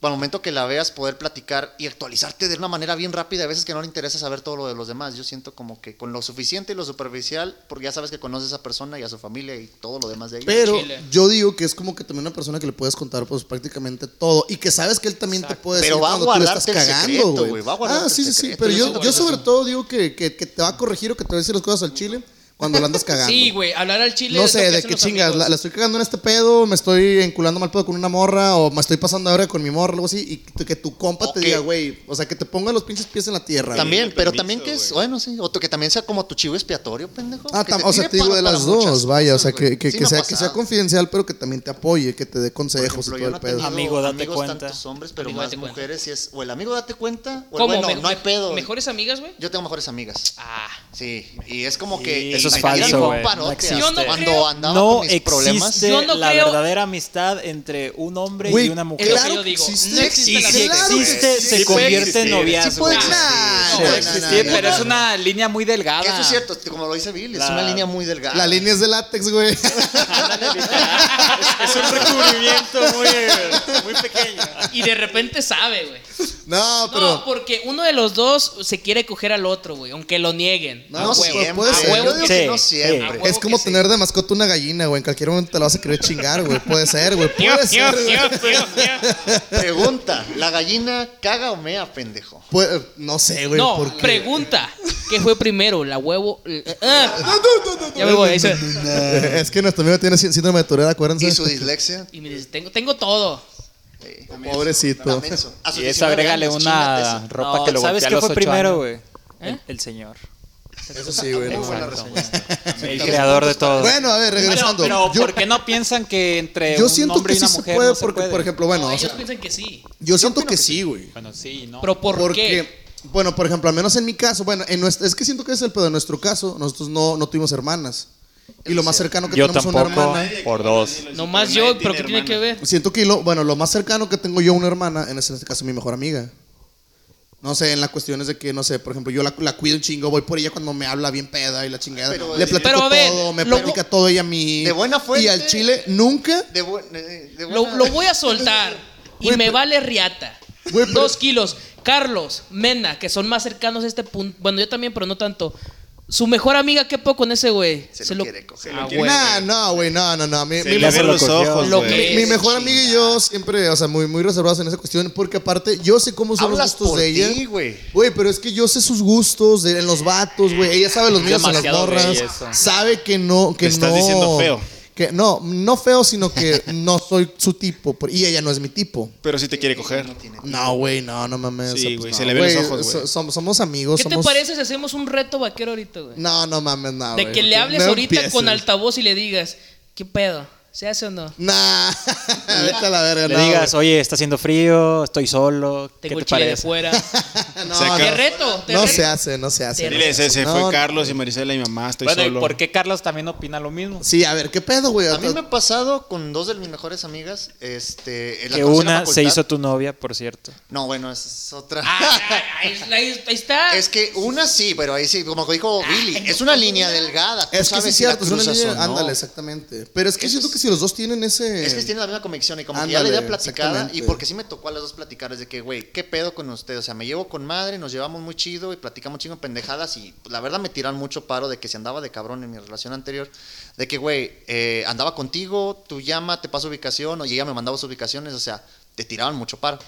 al momento que la veas poder platicar y actualizarte de una manera bien rápida, a veces que no le interesa saber todo lo de los demás. Yo siento como que con lo suficiente y lo superficial, porque ya sabes que conoces a esa persona y a su familia y todo lo demás de ahí. Pero Chile. yo digo que es como que también una persona que le puedes contar pues prácticamente todo y que sabes que él también te puede decir Pero va a cuando tú le estás guardarte el secreto, cagando, güey, güey. va a guardarte Ah, sí, el sí, sí, secreto, pero eso yo, guarda yo sobre todo digo que, que- que te va a corregir o que te va a decir las cosas al chile cuando la andas cagando. Sí, güey, hablar al chile. No es lo sé, de hacen qué los chingas, amigos. la, la estoy cagando en este pedo, me estoy enculando mal pedo con una morra, o me estoy pasando ahora con mi morra, algo así, y que, que tu compa Ok. te diga, güey, o sea, que te ponga los pinches pies en la tierra. güey. También, el pero permiso, también que es, güey. bueno, sí, o tu- que también sea como tu chivo expiatorio, pendejo. Ah, que tam- te o sea, tire te digo palo de para las muchas dos, vaya, o sea, cosas, que, güey. que, Sí que me ha sea, que sea pasado. confidencial, pero que también te apoye, que te dé Por consejos ejemplo, y yo todo el no he pedo. tenido Amigo, date amigos cuenta. tantos hombres, pero Amigo, más date cuenta. mujeres, y es o el amigo date cuenta, o el ¿Cómo? Pues bueno, Me- no hay pedo. ¿Mejores amigas, güey? Yo tengo mejores amigas. Ah. Sí, y es como que. Eso me es tiran falso, como güey. parote, No existe. Yo no creo- Cuando andaba No con mis existe problemas. Yo no la creo- verdadera amistad entre un hombre Güey, y una mujer. Es lo Claro que yo que digo. No existe. existe la Si Claro que existe, sí. se Sí puede convierte en existir. noviazgo. Sí puede- Pues güey. Nah, no, Sí, no, existir, no, pero no. es una línea muy delgada. Eso es cierto, como lo dice Bill, es La- una línea muy delgada. Ah. La línea es de látex, güey. Es un recubrimiento muy, muy pequeño. Y de repente sabe, güey. no, pero. No, porque uno de los dos se quiere coger al otro, güey, aunque lo nieguen. No, A No huevo. sí, siempre. puede ser. A huevo Yo digo que que sí. no A siempre. pues, huevo Es como que sí. tener de mascota una gallina, güey. En cualquier momento te la vas a querer chingar, güey. Puede ser, güey. Puede ser, güey. Pregunta, ¿la gallina caga o mea, pendejo? Puede- No sé, Este, güey. No, porque- pregunta. ¿Qué fue primero? ¿La huevo? eh, ah, Ya me voy, ahí se- Es que nuestro amigo tiene sí- síndrome de Tourette, acuérdense. ¿Y su dislexia? Y me dice, tengo, tengo todo. Sí. Pobrecito. Menso. A sus Y 19 eso agrégale años, una chíngate ropa No, que lo ¿Sabes golpea a qué los fue ocho primero, años. güey? El, el señor. Eso sí, güey. no. El creador de todo. Bueno, a ver, regresando. Pero, yo, ¿por qué no piensan que entre yo un siento hombre que y sí una se mujer puede no se porque, puede? por ejemplo, bueno, No, o ellos sea, piensan que sí. yo siento que sí, güey. Bueno, sí, no. ¿Pero por Porque, qué? bueno, por ejemplo, al menos en mi caso, bueno, en nuestro- es que siento que ese es el pedo. En nuestro caso, nosotros no, no tuvimos hermanas. Y lo más cercano que Yo tenemos a una tampoco. hermana. Por dos. Nomás yo, pero ¿qué tiene que ver? Siento que lo, bueno, lo más cercano que tengo yo a una hermana, en este, en este caso mi mejor amiga. No sé, en las cuestiones de que, no sé, por ejemplo, yo la, la cuido un chingo, voy por ella cuando me habla bien peda y la chingada. Pero, Le eh, platico Pero, a ver, todo, me lo- platica todo ella a mí. De buena fuente. Y al chile, nunca. De bu- eh, de Lo, buena- lo voy a soltar y Güey, me pero- vale riata. Güey, pero- Dos kilos. Carlos, Mena, que son más cercanos a este punto. Bueno, yo también, pero no tanto. Su mejor amiga, ¿qué puedo con ese güey? Se lo quiere coger. Ah, No, güey. no, güey, no, no, no. Mi, Se mi le mejor- ven los cogió. ojos, Lo güey. que- mi Es mejor amiga y yo siempre, o sea, muy, muy reservados en esa cuestión, porque aparte yo sé cómo son los Hablas gustos por de ella. ti, güey. Güey, pero es que yo sé sus gustos de- en los vatos, güey. Ella sabe los míos en las Demasiado, morras. güey, eso. Sabe que no, que Te estás no. diciendo feo. Que no, no feo, sino que no soy su tipo. por- Y ella no es mi tipo. Pero sí te quiere coger. No, güey, no, no mames. Sí, o sea, pues güey, no, se le ven los ojos, güey. so- som- somos amigos. ¿Qué te somos- parece si hacemos un reto vaquero ahorita, güey? No, no mames, nada. De que le hables ahorita con alta altavoz y le digas, ¿qué pedo? ¿Se hace o no? Nah, vete a la verga, Le no, digas, oye, está haciendo frío, estoy solo. ¿Qué Tengo te el chile de parece? fuera. güey. No, Saca- no, Te reto, te no reto. se hace, no se hace. Te no reto. Dile, se, se No, fue Carlos y Marisela y mi mamá, estoy Bueno, ¿y solo. por qué Carlos también opina lo mismo? Sí, a ver, ¿qué pedo, güey? A mí me ha pasado con dos de mis mejores amigas. Este, en la Que conocí en la una se facultad. hizo tu novia, por cierto. No, bueno, esa es otra. Ah, ahí, ahí- ahí está. Es que una sí, pero ahí sí, como dijo Billy, es una línea delgada. tú Es que sí sabes es si la cierto, es una cruzas línea. o no. Ándale, exactamente. Pero es que Eso siento es- que si los dos tienen ese. Es que tiene la misma convicción y como que ya Ándale, la idea platicada y exactamente. porque sí me tocó a las dos platicar es de que, güey, ¿qué pedo con usted? O sea, me llevo con madre, nos llevamos muy chido y platicamos chingo de pendejadas y pues, la verdad me tiran mucho paro de que se andaba de cabrón en mi relación anterior, de que, güey, eh, andaba contigo, tú llama, te paso ubicación o ella me mandaba sus ubicaciones, o sea, te tiraban mucho paro.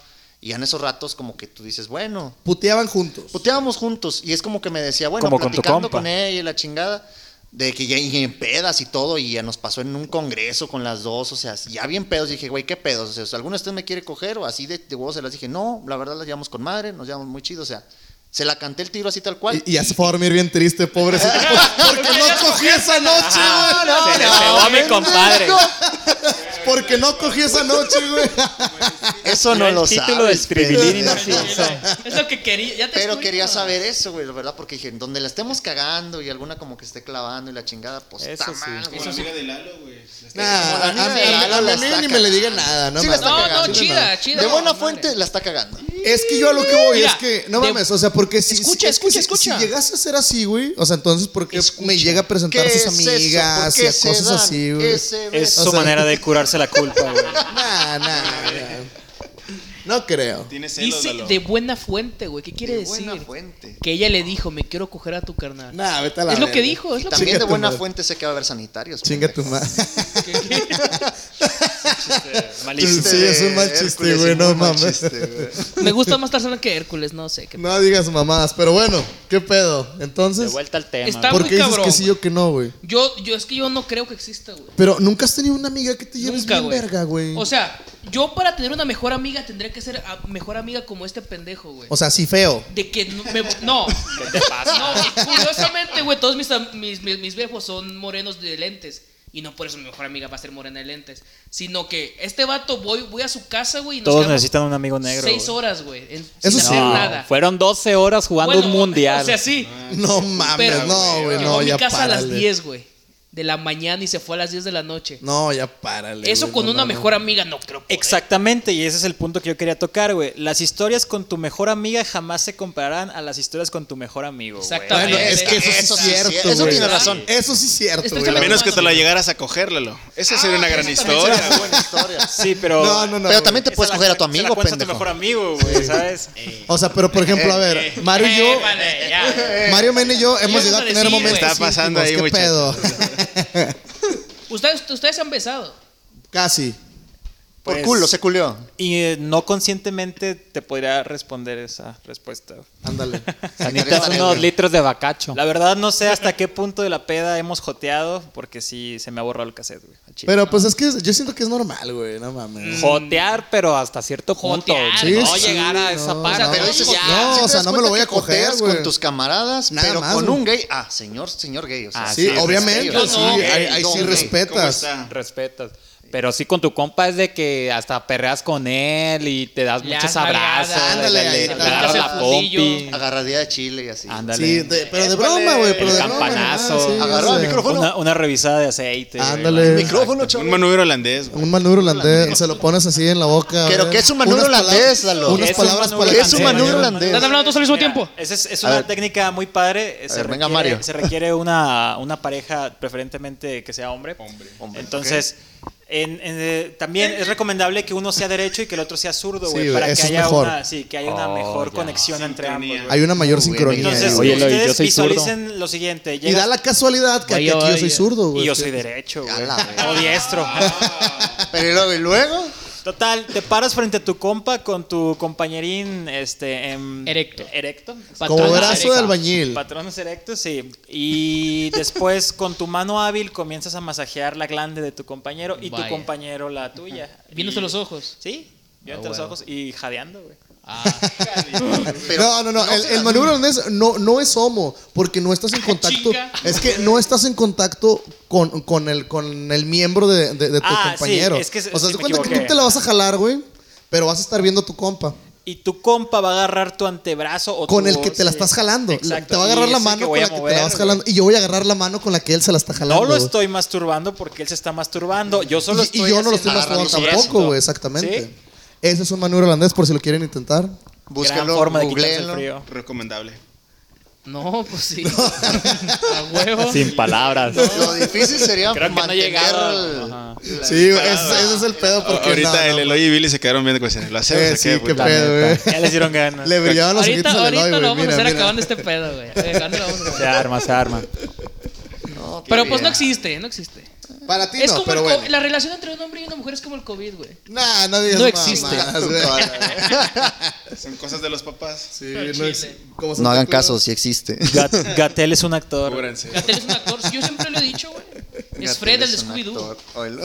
Y ya en esos ratos como que tú dices, bueno, Puteaban juntos. puteábamos juntos y es como que me decía, bueno, Como con tu platicando compa. con, ella y la chingada, de que ya y en pedas y todo, y ya nos pasó en un congreso con las dos, o sea, ya bien pedos, dije, güey, ¿qué pedos? O sea, ¿alguno de ustedes me quiere coger? O así de, de huevos se las dije, no, la verdad las llevamos con madre, nos llevamos muy chido, o sea, se la canté el tiro así tal cual. Y, y ya se fue a dormir bien triste, pobrecito. pues, Porque no cogí esa noche, güey. Ah, no, Se le pegó a mi compadre. Porque no cogí esa noche, güey. Este, Eso no El lo título sabes. del tribilín pero- Es lo que quería. Ya te Pero escucho. quería saber eso, güey, la verdad, porque dije, donde la estemos cagando y alguna como que esté clavando y la chingada, pues Eso está sí. mal, güey. Nah, a, Como la a mí, niña de la a mí la está ni me le digan cagando. nada, no Sí la mames. está No, no, cagando. chida, chida. De No, buena madre. fuente la está cagando. Es que yo a lo que voy Mira, es que, no de- mames, o sea, porque si. Escucha, es que escucha, si- escucha. Si llegase a ser así, güey, o sea, entonces, ¿por qué me llega a presentar a ¿Qué es sus eso? amigas ¿Por y qué a se cosas dan? así, güey? ¿Qué se Es besan? su manera de curarse la culpa, güey. Nah, nah, nah. No creo. Tiene celos, Dice Lalo. de buena fuente, güey. ¿Qué quiere De decir? buena fuente. Que ella le dijo, me quiero coger a tu carnal. Nah, vete a la es lo verga. que dijo, es Y lo también Chinga de tu buena madre. fuente sé que va a haber sanitarios. Chinga pendejo. tu madre. que... malísimo. Sí, es un mal chiste, Hércules, güey, es no un mal mames. chiste, güey. Me gusta más Tarzán que Hércules, no sé. qué- No digas mamadas, pero bueno, ¿qué pedo? De Entonces, vuelta al tema. Está ¿por muy qué dices cabrón. que sí o que no, güey? Yo, yo es que yo no creo que exista, güey. Pero nunca has tenido una amiga que te lleves Nunca, bien güey. verga, güey. O sea, yo para tener una mejor amiga tendría que ser a- mejor amiga como este pendejo, güey. O sea, sí feo. de que no. me- no. No, curiosamente, güey, todos mis, am- mis, mis, mis viejos son morenos de lentes. Y no por eso mi mejor amiga va a ser morena de lentes. Sino que este vato, voy, voy a su casa, güey. y nos Todos quedamos necesitan un amigo negro. Seis güey. horas, güey. en- Eso sin sí. hacer No, nada. Fueron 12 horas jugando Bueno, un mundial. O sea, sí. No mames, Pero no, güey, llegó no, a mi ya casa a las párale. 10, güey. De la mañana y se fue a las 10 de la noche. No, ya párale. Eso güey, con no una mames. mejor amiga no creo. poder. Exactamente, y ese es el punto que yo quería tocar, güey. Las historias con tu mejor amiga jamás se compararán a las historias con tu mejor amigo. güey. Exactamente. Bueno, es que eso sí Eso es sí es cierto, cierto, eso güey. tiene razón. Eso sí es cierto, Estoy güey. seguro. menos que te la llegaras a coger, Lalo. Esa sería Ah, una gran esa también historia. Una buena historia. Sí, pero. No, no, no. Pero güey. también te Esa puedes la- coger a tu se la amigo, cuentas a tu pendejo. mejor amigo, güey, ¿sabes? O sea, pero por ejemplo, a ver, Mario y Eh, yo, vale, ya. Mario Mena y yo hemos Yo llegado iba a a tener decir, momentos. Está pasando íntimos, ahí, ¿Qué pedo? Ustedes, ustedes se han besado. Casi. Pues- Por culo, se culió. Y eh, no conscientemente te podría responder esa respuesta. güey. Ándale. Necesitas unos litros de bacacho. La verdad no sé hasta qué punto de la peda hemos joteado, porque sí se me ha borrado el cassette, güey. al chile. Pero pues es que yo siento que es normal, güey, no mames. Jotear, pero hasta cierto punto. Jotear, Sí, no no sí, llegar a no, esa no, parte. Pero no, dices, no, ya, no, sí te o sea, das no me lo cuenta voy a que coger, coteas güey. con tus camaradas, Nada pero más, con güey. un gay. Ah, señor, señor gay. O sea, Sí, obviamente, respeto. sí, no, ahí, ahí sí Don gay. ¿Cómo respetas. está? Respetas. Pero sí con tu compa es de que hasta perreas con él y te das Le muchos das nalgadas, abrazos, le, ándale, le- ahí le está. agarras Hace la fundillo. pompi. Agarradía de chile y así. Ándale. Sí, de- pero de broma, güey, pero El de broma, campanazo. ajá, sí, Agarró o el sea, micrófono. Una, una revisada de aceite. güey. Ándale. Micrófono, chaval. Un manubrio holandés, güey. Un manubrio holandés, se lo pones así en la boca. Pero güey. ¿qué es un manubrio Unas palabras- holandés, Lalo? Unas ¿Qué es un palabras manubrio para Es un holandés? manubrio ¿Están holandés. hablando todos al mismo Mira, tiempo? esa es, es A una ver. técnica muy padre. eh, Se ver, venga, requiere, Mario. Se requiere una, una pareja, preferentemente que sea hombre. Hombre, Entonces, en- en, eh, también es recomendable que uno sea derecho y que el otro sea zurdo, Sí, güey, güey, para que eso es haya, mejor. una, sí, que haya una mejor conexión entre ambos. güey. Hay una mayor sincronía. Entonces, güey. Oye, lo- yo ustedes soy zurdo. visualicen lo siguiente. y da llegas- la casualidad que aquí, Oye, aquí yo oye. soy zurdo, güey. y yo soy derecho, güey. A la verga. O diestro. Pero y luego, y luego. Total, te paras frente a tu compa con tu compañerín este em, Erecto. Erecto. Como Patrón, brazo Erika. de albañil. Patrones erectos, sí. Y después con tu mano hábil comienzas a masajear la glande de tu compañero y Vaya. tu compañero la tuya. Viéndose Y- los ojos. Sí, Ah, viéndote los ojos y jadeando, güey. Pero- no, no, no. el, el manubrio holandés no, no es homo, porque no estás en contacto. chinga. es que no estás en contacto con, con, el, con el miembro de, de- de tu Ah, sí, compañero. es que o sí, sea, sí te me cuenta que equivoqué. tú te la vas a jalar, güey, pero vas a estar viendo a tu compa. Y tu compa va a agarrar tu antebrazo o Con tu- el que te la sí. estás jalando. Exacto. Te va a Y agarrar la es el que mano con voy la a que te mover, la vas jalando. Y yo voy a agarrar la mano con la que él se la está jalando. No lo güey. estoy masturbando porque één se está masturbando. Yo solo Y- estoy y, yo no lo estoy haciendo- masturbando agarrando su tampoco, brazo. güey, exactamente. ¿Sí? Ese es un manubrio holandés, por si lo quieren intentar. Gran Búsquenlo, forma de quitarse el googleenlo. frío. Recomendable. No, pues sí. A huevo. Sin palabras. Lo difícil sería Creo que no he mantener llegado. el- Ajá. Sí, güey, ese, ese es el pedo. Ah, Porque Ahorita no, no, el no. Eloy y Billy se quedaron viendo cuestiones. ¿Lo hacemos? Eh, o sí, qué, qué güey? pedo, eh. güey. Ya les dieron ganas. Le brillaban los Ahorita, ojitos al ahorita Eloy, lo güey. vamos a Mira, hacer mira. acabando este pedo, güey. Eh, ¿cuándo lo vamos a Se acabar? arma, se arma. No, qué Pero pues bien. no existe, no existe. Para ti es no, como pero el co- bueno. la relación entre un hombre y una mujer es como el COVID, güey. Nah, no digas No mamadas, existe. güey. Son cosas de los papás. Sí, no es- como No Santa hagan Claus. caso, si existe. Gat- Gatel es un actor. Cúbranse. Gatel es un actor, yo siempre lo he dicho, güey. Es Fred el de Es un Scooby-Doo. actor. Oílo.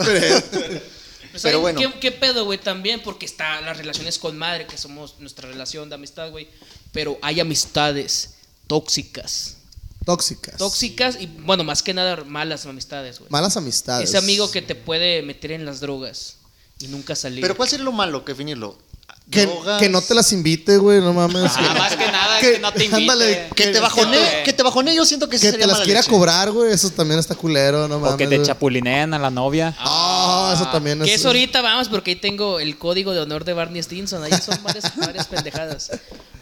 Pues, ¿saben Pero bueno. ¿qué, qué pedo, güey? También porque está las relaciones con madre, que somos nuestra relación de amistad, güey. Pero hay amistades tóxicas. Tóxicas. Tóxicas y, bueno, más que nada malas amistades, güey. Malas amistades. Ese amigo que te puede meter en las drogas y nunca salir. Pero ¿cuál sería lo malo que definirlo? Que, Drogas. que no te las invite, güey, no mames. Ah, más que nada es que no te invite. Ándale, Que te bajonee, que te bajonee, yo siento que sí Que sería te las mala quiera leche. cobrar, güey, eso también está culero, no mames. O que te güey. chapulinean a la novia. Ah, eso también es. Que eso ahorita vamos, porque ahí tengo el código de honor de Barney Stinson. Ahí son varias, varias pendejadas.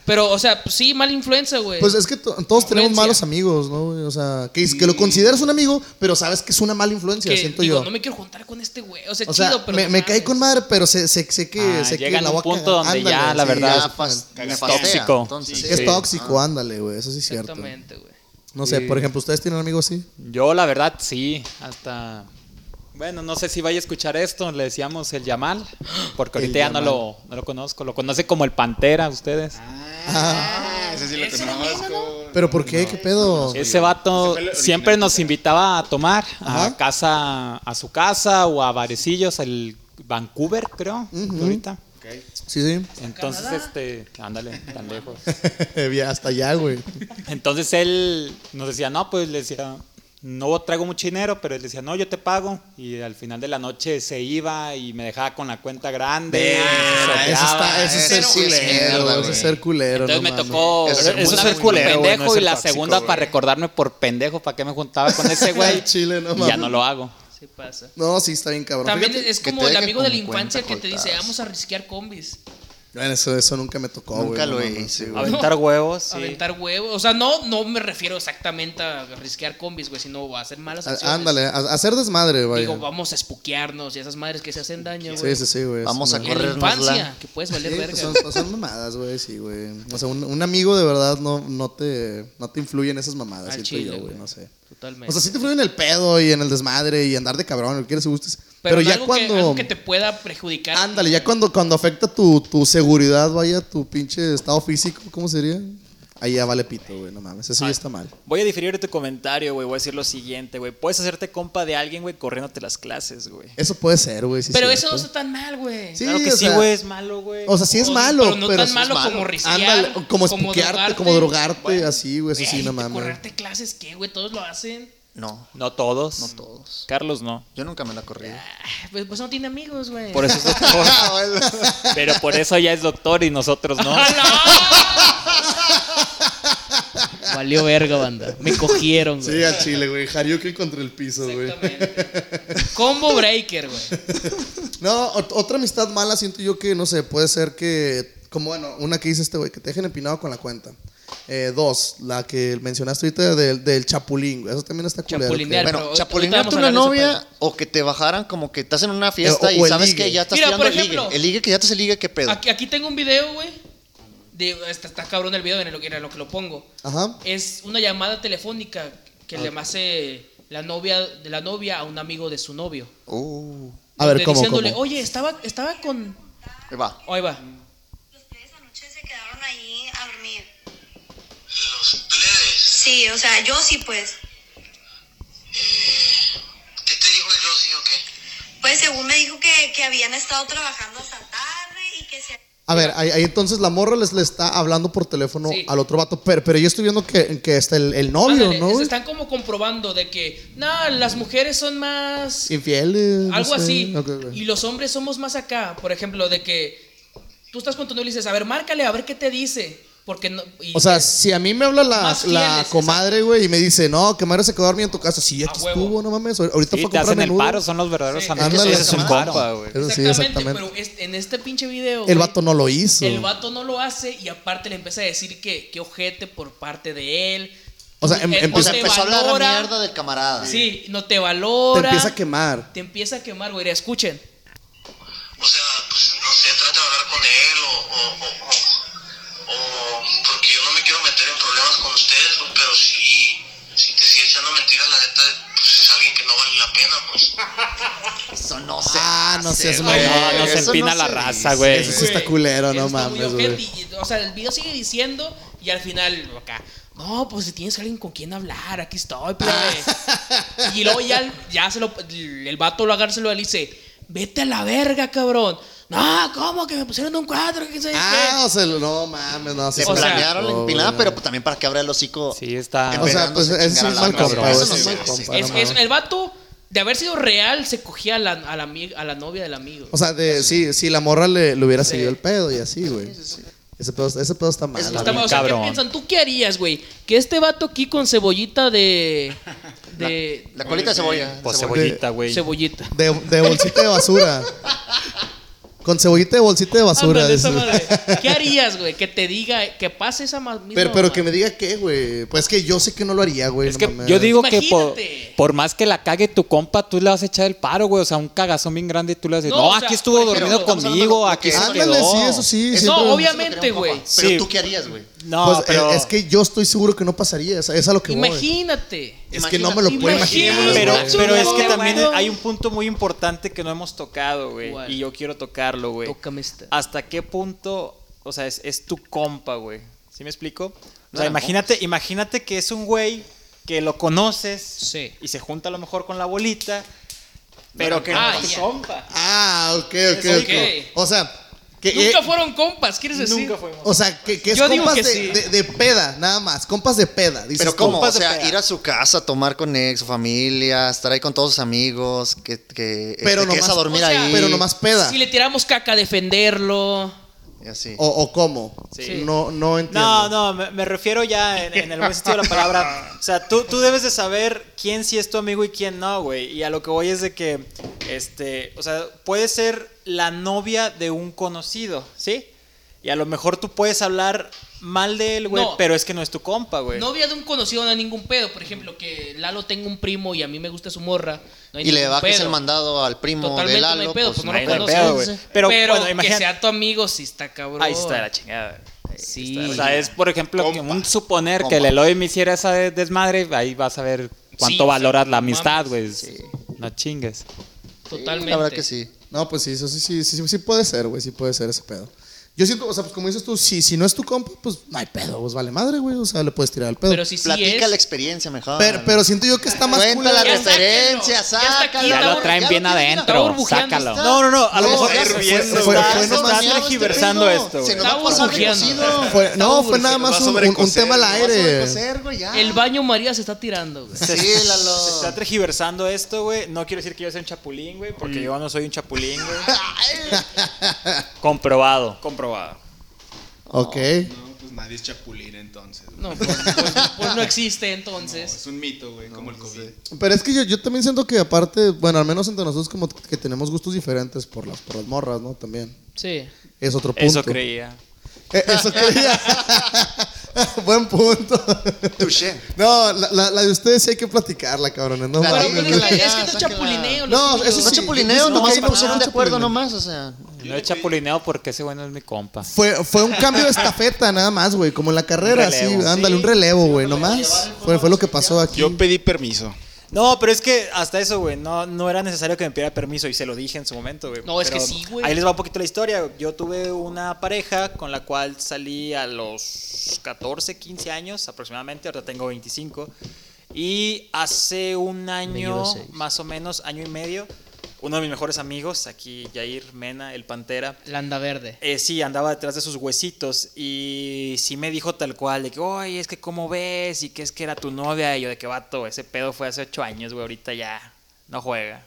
Pero, o sea, pues, sí, mala influencia, güey. Pues es que to- todos tenemos Influencia. malos amigos, ¿no? güey? O sea, que, que lo consideras un amigo, pero sabes que es una mala influencia, que, siento digo, yo. no me quiero juntar con este güey. O sea, o sea, chido, pero. me, no me cae mames. con madre, pero sé, sé, sé que, Ah, sé que llegan la a voy un a punto cagar. donde ya, Ah, Ándale, la sí, pues, verdad, ya, pas- cagas. me pastea, Tóxico. entonces. es tóxico, ah. ándale, güey, eso sí es cierto. Exactamente, güey. No sé, por ejemplo, ¿ustedes tienen amigos así? Yo, la verdad, sí. Hasta Bueno, no sé si vaya a escuchar esto, le decíamos el Yamal, porque ahorita ya no lo, no lo conozco, lo conoce como el Pantera ustedes. Ah, ese sí lo conozco. ¿Pero por qué? ¿Qué pedo? Ese Ese vato fue el original. siempre nos invitaba a tomar a casa, a su casa o a barecillos, el Vancouver, creo, Ujú. ahorita. Sí, sí. Entonces, este, ándale, tan lejos. Ya, Hasta allá, güey. Entonces él nos decía, no, pues le decía, no traigo mucho dinero, pero él decía, no, yo te pago. Y al final de la noche se iba y me dejaba con la cuenta grande. Ah, me eso sorteaba. está, eso es ser Cero, güey, culero, mierda, güey, eso güey. es ser culero. Entonces no me mames. tocó Eso es una ser culero, vez por güey, pendejo no es y la ser tóxico, segunda güey. para recordarme por pendejo para qué me juntaba con ese güey. Al chile, no Y ya mames. no lo hago. Sí pasa. No, sí, está bien cabrón. También Fíjate- es que como te el dejen amigo de la con infancia que te cuentas dice, cortadas. vamos a risquear combis, Bueno, eso, eso nunca me tocó, güey. Nunca no lo mames. hice, güey. Aventar huevos. sí. aventar huevos. O sea, no, no me refiero exactamente a risquear combis, güey, sino a hacer malas A- acciones. Ándale, a- a hacer desmadre, güey. Digo, vamos a espuquearnos y esas madres que se hacen daño, güey. Sí, sí, sí, güey. Vamos eso a no- En la Corrernos infancia, la- que puedes Sí, valer verga. pues son, pues son mamadas, güey, sí, güey. O sea, un, un amigo de verdad no, no, te, no te influye en esas mamadas, Al siento chile, yo, güey, güey. no sé. Totalmente. O sea, sí te influye en el pedo y en el desmadre y andar de cabrón, lo que quieres y gustes. Pero, pero en ya algo cuando... Ah, Que, algo que te pueda perjudicar. Ándale, ya cuando, cuando afecta tu, tu seguridad, vaya, tu pinche estado físico, ¿cómo sería? Ahí ya vale pito, güey, no mames, eso ya está mal. Voy a diferir de tu comentario, güey. Voy a decir lo siguiente, güey. Puedes hacerte compa de alguien, güey, corriéndote las clases, güey. Eso puede ser, güey. sí es pero eso no cierto. está tan mal, güey. Sí, claro que o sí, sea, güey, es malo, güey. O sea, sí es O- malo, pero no tan sí es malo como risquear, Ándale, como como espuquearte, como drogarte. drogarte, así, güey, eso Güey, pues sí, no te mames. correrte clases, ¿qué, güey? Todos lo hacen. No, No todos. no todos. Carlos no. Yo nunca me la corrí. Ah, Pues, pues no tiene amigos, güey. Por eso es doctor. Ah, Pero por eso ya es doctor y nosotros no. ¡Ah, Valió verga, banda. Me cogieron, güey. Sí, al chile, güey, Hariuki contra el piso, güey. Exactamente. Combo breaker, güey. No, ot- otra amistad mala siento yo que, no sé, puede ser que, como bueno, una que dice este güey, que te dejen empinado con la cuenta. Eh, dos, la que mencionaste ahorita del, del chapulín, güey, eso también está culero. Chapulinear, creo. pero Bueno, ahorita chapulinear vamos a tú una hablar de ese novia o que te bajaran como que estás en una fiesta o- y o el sabes ligue. que ya estás Mira, tirando por el ligue. ejemplo. El ligue que ya te se ligue, ¿qué pedo? Aquí, aquí tengo un video, güey. De, está, está cabrón el video en lo, que- en lo que lo pongo. Ajá. Es una llamada telefónica que Ah. le hace la novia de la novia a un amigo de su novio. Uh, A ver, Donde ¿cómo, Diciéndole, cómo? oye, estaba, estaba con. ahí va. Oh, ahí va. Los plebes anoche se quedaron ahí a dormir. Los plebes. Sí, o sea, yo sí, pues. Eh, ¿Qué te dijo el Rosy o qué? Pues según me dijo que, que habían estado trabajando hasta tarde y que se... A ver, ahí, ahí entonces la morra les le está hablando por teléfono Sí. al otro vato, pero, pero yo estoy viendo que, que está el, el novio, Ándale, ¿no? se güey? están como comprobando de que, no, las mujeres son más. Infieles. no Algo sé. así. Ok, ok. Y los hombres somos más acá. Por ejemplo, de que tú estás con tu novio y le dices, a ver, márcale, a ver qué te dice. Porque no. y- O sea, si a mí me habla la, Más la fieles, comadre, güey, y me dice, no, que Mario se quedó dormido en tu casa. Sí, ya A te huevo. estuvo, no mames. Ahorita fue a Sí, te comprar hacen el menudo. paro, son los verdaderos Sí. amigos. Ándale, Ese es un camaradas. compa, güey. Eso sí, exactamente, exactamente. pero es- en este pinche video. güey, El vato no lo hizo. el vato no lo hace y aparte le empieza a decir que, que ojete por parte de él. O sea, em- Él empieza- O sea, te empezó a hablar valora. mierda del camarada. Sí, no te Te valora. empieza a quemar. Te empieza a quemar, güey. Escuchen. O sea, pues no sé, trata de hablar con él o, o, o, o- o- porque yo no me quiero meter en problemas con ustedes, pues, pero sí, si te sigue echando mentiras, la neta, pues es alguien que no vale la pena, pues. Eso no se Ah, no hace, seas güey. mamón. No, no se Eso empina la se raza, dice. güey. Eso sí está culero, Eso no está muy mames, ojete güey. y- o sea, el video sigue diciendo y al final acá, no, pues si tienes alguien con quien hablar, aquí estoy, plebe". Ah. y luego ya, el- ya se lo, el vato lo agarra, se lo le dice, vete a la verga, cabrón. No, ¿cómo? Que me pusieron un cuadro, que sabe Ah, o sea, no mames, no. sí Se está O sea, planearon la cabrón, empinada, güey. pero pues también para que abra el hocico. Sí, está. O sea, pues Empedándose a es chingar un a la mal madre. compa, Eso güey. no sí, se mal dice. compa, qué. no Es- mames. es- el vato, de haber sido real, se cogía a la, a la, ami- a la novia del amigo. O sea, de, sí, sí, la morra le, le hubiera seguido el pedo y así, güey. Ese pedo, ese pedo está mal. Eso güey. Está- o sea, ¿qué cabrón. piensan? ¿Tú qué harías, güey? Que este vato aquí con cebollita de... de La colita de cebolla. Pues cebolla. cebollita, güey. cebollita. De, de bolsita de basura. Con cebollita de bolsita de basura. Ándale, esa dice. madre. ¿Qué harías, güey? Que te diga, que pase esa ma- misma Pero, pero que me mamá. diga qué, güey. Pues es que yo sé que no lo haría, güey. Es no que mames. yo digo que por, Imagínate. por más que la cague tu compa, tú le vas a echar el paro, güey. O sea, un cagazón bien grande y tú le vas a decir, No, no, o sea, aquí estuvo por ejemplo, dormido estamos hablando de conmigo, lo aquí que se es- quedó. Ándale, sí, Eso eso sí. siempre- No, es lo que obviamente, quería un güey. compa. Pero Sí. tú qué harías, güey. No, pues, eh, pero- es que yo estoy seguro que no pasaría. Es, es a lo que voy. Imagínate. Es que no me lo puedo imaginar. Pero, güey. pero es que también güey. hay un punto muy importante que no hemos tocado, güey. ¿Cuál? Y yo quiero tocarlo, güey. Ah, Tócame esta. ¿Hasta qué punto, o sea, es, es tu compa, güey? ¿Sí me explico? O No sea, eran imagínate, imagínate que es un güey que lo conoces y se junta a lo mejor con la bolita, pero que Ah, no es ya. compa. Ah, ok, ok, Es ok. ok. O sea, que, Nunca eh, fueron compas, ¿quieres decir? Nunca fuimos. o sea, que, que es Yo digo que compas de, sí. de- de peda, nada más. Compas de peda. Dices, Pero cómo, tú. o sea, ir a su casa, tomar con ex, su familia, estar ahí con todos sus amigos, que, que, Pero este, que es nomás- a dormir o sea, ahí. Pero nomás peda. Si le tiramos caca a defenderlo. Y así. O, o cómo. Sí. No, no entiendo. No, no, me, me refiero ya en, en el buen sentido de la palabra. O sea, tú, tú debes de saber quién sí es tu amigo y quién no, güey. Y a lo que voy es de que, este, o sea, puede ser la novia de un conocido, ¿sí? Y a lo mejor tú puedes hablar mal de él, güey, No. pero es que no es tu compa, güey. Novia de un conocido no hay ningún pedo. Por ejemplo, que Lalo tenga un primo y a mí me gusta su morra. No hay y le ningún bajes pedo. el mandado al primo Totalmente de Lalo. no hay pedo, pues, no hay lo hay conoces. pedo, güey. Pero, Pero, bueno, que imagínate- sea tu amigo, si está cabrón. Ahí está la chingada. Ahí Sí. está. O sea, es por ejemplo que Compa. un suponer Compa. que el Eloy me hiciera esa de- desmadre, ahí vas a ver cuánto o sea, valoras la no amistad, mames. güey. No chingues. Totalmente. La verdad que sí. No, pues sí, eso sí, sí, sí, sí puede ser, güey, sí puede ser ese pedo. Yo siento, o sea, pues como dices tú, si, si no es tu compa, pues no hay pedo, pues vale madre, güey, o sea, le puedes tirar el pedo. Pero Pero, si sí Platica es. la experiencia mejor. pero, siento yo que está más Cuenta culero. la Ya está, referencia, sáquenlo. Ya está aquí, sácala. Ya lo Ya traen bien tiene, mira. adentro. Está burbujeando. sácalo. está- No, no, no. A lo No, mejor está se- hirviendo, se- güey. está- Fue se nomás está meado este tergiversando pedo. esto. Se güey. nos va a Está pasar burbujeando. cocido. Fue- no, fue nada Vas más a un, un- un sobrecocer, tema al vas a aire. El baño María se está tirando, güey. Sí, Lalo. Se está tergiversando esto, güey. No quiero decir que yo sea un chapulín, güey, porque yo no soy un chapulín, güey. Comprobado. Comprobado. Ok. No, pues nadie es chapulín entonces. güey. No, pues, pues- pues no existe entonces. Es un mito, güey, como el COVID. Pero es que yo, yo también siento que aparte, bueno, al menos entre nosotros como que tenemos gustos diferentes por las, por las morras, ¿no? También. Sí. Es otro punto. Eso creía. Eh, eso creía. Buen punto. Touché. No, la, la- la de ustedes sí hay que platicarla, cabrones. No, La Pero mames, pues, sáquenla, es que, ya, es que no es sáquenla. chapulineo. lo No, tuyo. eso No sí. chapulineo, No, nomás no, se pusieron no, de acuerdo chapulineo. nomás, o sea. No es chapulineo porque ese güey no es mi compa. Fue, fue un cambio de estafeta nada más, güey, como en la carrera, Un relevo. sí, ándale, un relevo, güey, nomás. Fue, fue lo que pasó aquí. Yo pedí permiso. No, pero es que hasta eso, güey, no, no era necesario que me pidiera permiso y se lo dije en su momento, güey. No, es Pero que sí, güey. Ahí les va un poquito la historia. Yo tuve una pareja con la cual salí a los 14, 15 años aproximadamente, ahora tengo 25. Y hace un año, lleva seis. más o menos, año y medio, uno de mis mejores amigos, aquí Jair Mena, el Pantera, Landa verde. eh, sí, andaba detrás de sus huesitos y sí me dijo tal cual, de que, oye, es que cómo ves y que es que era tu novia. Y yo, de que vato, ese pedo fue hace ocho años, güey, ahorita ya no juega.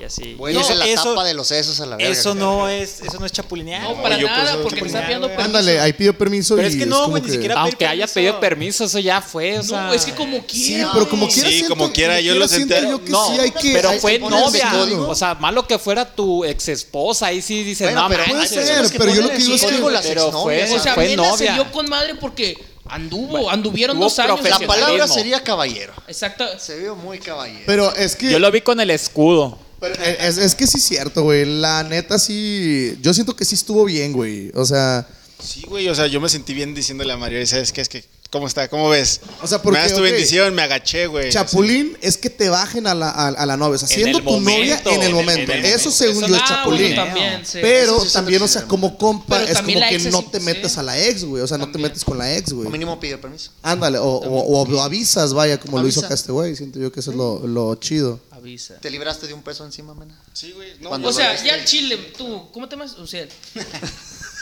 Y así. Bueno, eso, la eso- tapa de los sesos a la verga. eso no es, eso no es chapulinear. No, güey. para yo por nada, eso porque te está chapulinear, pidiendo güey. permiso. Ándale, ahí pidió permiso Pero y es que no, como güey, ni que- siquiera Aunque haya pedido permiso, eso ya fue, o sea. No, es que como Sí, quiera. pero como güey. quiera Sí, siento- como quiera, yo lo siento senté- yo que No, sí hay que pero hay que fue ponerle novia. código. O sea, malo que fuera tu ex esposa, ahí sí dices, Bueno, no, pero puede manches, ser, es que pero yo lo que ponen digo el es que código las pero fue- exnovias. O sea, fue Mena novia. se dio con madre porque anduvo, Bueno, anduvieron hubo dos años. La profesionalismo. palabra sería caballero. Exacto. Se vio muy caballero. pero es que Yo lo vi con el escudo. Pero es, es que sí es cierto, güey. La neta sí. Yo siento que sí estuvo bien, güey. O sea. Sí, güey, o sea, yo me sentí bien diciéndole a Mario, ¿sabes qué? Es que, ¿cómo está? ¿Cómo ves? O sea, porque, Me das tu ok, bendición, me agaché, güey. Chapulín es que te bajen a la, a, a la novia. O sea, En siendo el tu novia momento, en el en el- momento. en el Eso momento. según Eso- yo es ah, Chapulín. bueno, también, sí. Pero Eso sí es también, o sea, chapulín. como compa, Pero es también como la que ex es no in- te sí. metes a la ex, güey. O sea, no te También. metes con la ex, O güey. mínimo pidió permiso. Ándale, o, o, o avisas, vaya, como lo hizo Avisa. acá este güey. Siento yo que eso es lo, lo chido. Avisa. Te libraste de un peso encima, mena. Sí, güey. No, Cuando- O sea, lo ya el chile, tú, ¿cómo te llamas? O sea,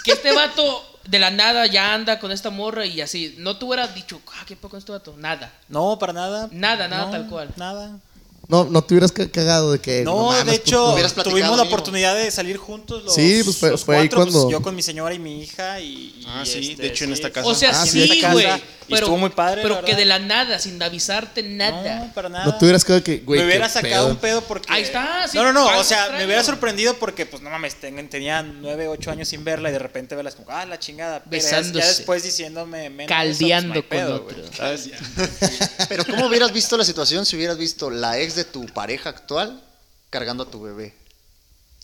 que este vato de la nada ya anda con esta morra y así. No te hubiera dicho, ah, qué poco con este vato. Nada. No, para nada. Nada, nada No, tal cual. Nada. No, no te hubieras ca- cagado de que. No, mames, de hecho, hubieras platicado tuvimos la mínimo. oportunidad de salir juntos los, Sí, pues, fue- los fue ahí cuatro, pues, cuando- yo con mi señora y mi hija y... y, Ah, sí, este, de hecho, en esta casa. O sea, Ah, sí, sí, esta casa. güey. Y Pero, estuvo muy padre, pero la que verdad. de la nada, sin avisarte nada. No, para nada. No te hubieras quedado de que, güey. me hubiera qué sacado pedo. un pedo porque. Ahí está, sí, No, no, no. pasa O sea, extraño. me hubiera sorprendido porque, pues, no mames, ten- tenía nueve, ocho años sin verla y de repente verlas como, ah, la chingada. Pero ya- Besándose. Ya después diciéndome, menos. Caldeando eso, pues, no hay con pedo, otro. güey. ¿sabes? Pero ¿cómo hubieras visto la situación si hubieras visto la ex de tu pareja actual cargando a tu bebé?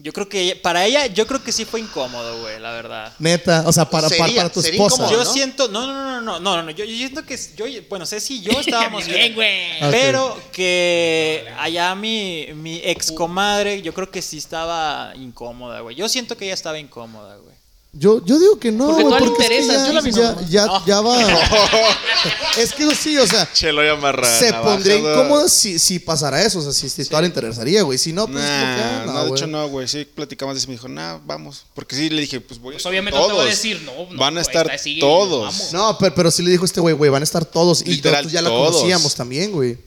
Yo creo que ella- para ella, yo creo que sí fue incómodo, güey, la verdad. Neta, o sea, para, para- Sería- para tu sería esposa. incómodo, Yo ¿no? siento, no, no, no, no, no, no, no, yo, yo siento que yo, bueno, Ceci y yo estábamos bien, güey. Ok. Pero que allá mi, mi ex comadre, yo creo que sí estaba incómoda, güey. Yo siento que ella estaba incómoda, güey. Yo, yo digo que no, Porque tú güey, le porque es que interesas, ya, yo la vi, ya, no. ya- Ah. ya va. es que sí, o sea, Chelo y amarrar. se pondría incómoda si, si pasara eso, o sea, si, si todavía le interesaría, güey. Si no, pues como que, ah, Nah, no, no, de hecho güey. no, güey. Sí, platicamos y me dijo, nah, vamos. Porque sí, le dije, pues voy Pues con obviamente no te voy a todos. decir, no, no, Van a güey, estar está así, todos. vamos. No, pero, pero sí le dijo este güey, güey, van a estar todos. Y Literal, nosotros ya la todos. conocíamos también, güey.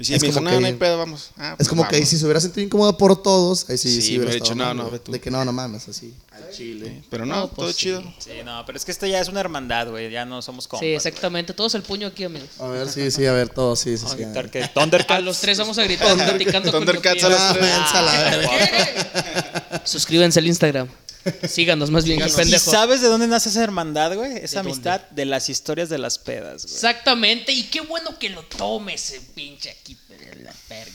Y sí, Es me dijo, como no, que- no hay pedo, vamos. Ah, Es pues, como que ahí vamos. si se hubiera sentido incómoda por todos, ahí Sí, sí, me sí, hubiera hubiera dicho, estado no, mal, no, güey. ve tú. De que no, no mames, así. Sí, Pero no, No, pues todo sí. chido. Sí, no, pero es que esto ya es una hermandad, güey. Ya no somos compas. Sí, exactamente. Todos el puño aquí, amigos. A ver, sí, sí, a ver, todos, sí, sí, Vamos a sí. a gritar ver. que Thundercats. A los tres vamos a gritar platicando con Thundercats a miopía. los Ah, tres. váyanse a la verga. Suscríbanse al Instagram. Síganos más bien, que ¿Y pendejo. sabes de dónde nace esa hermandad, güey? Esa dónde? amistad de las historias de las pedas, güey. Exactamente, y qué bueno que lo tomes, eh, pinche aquí, pero la verga.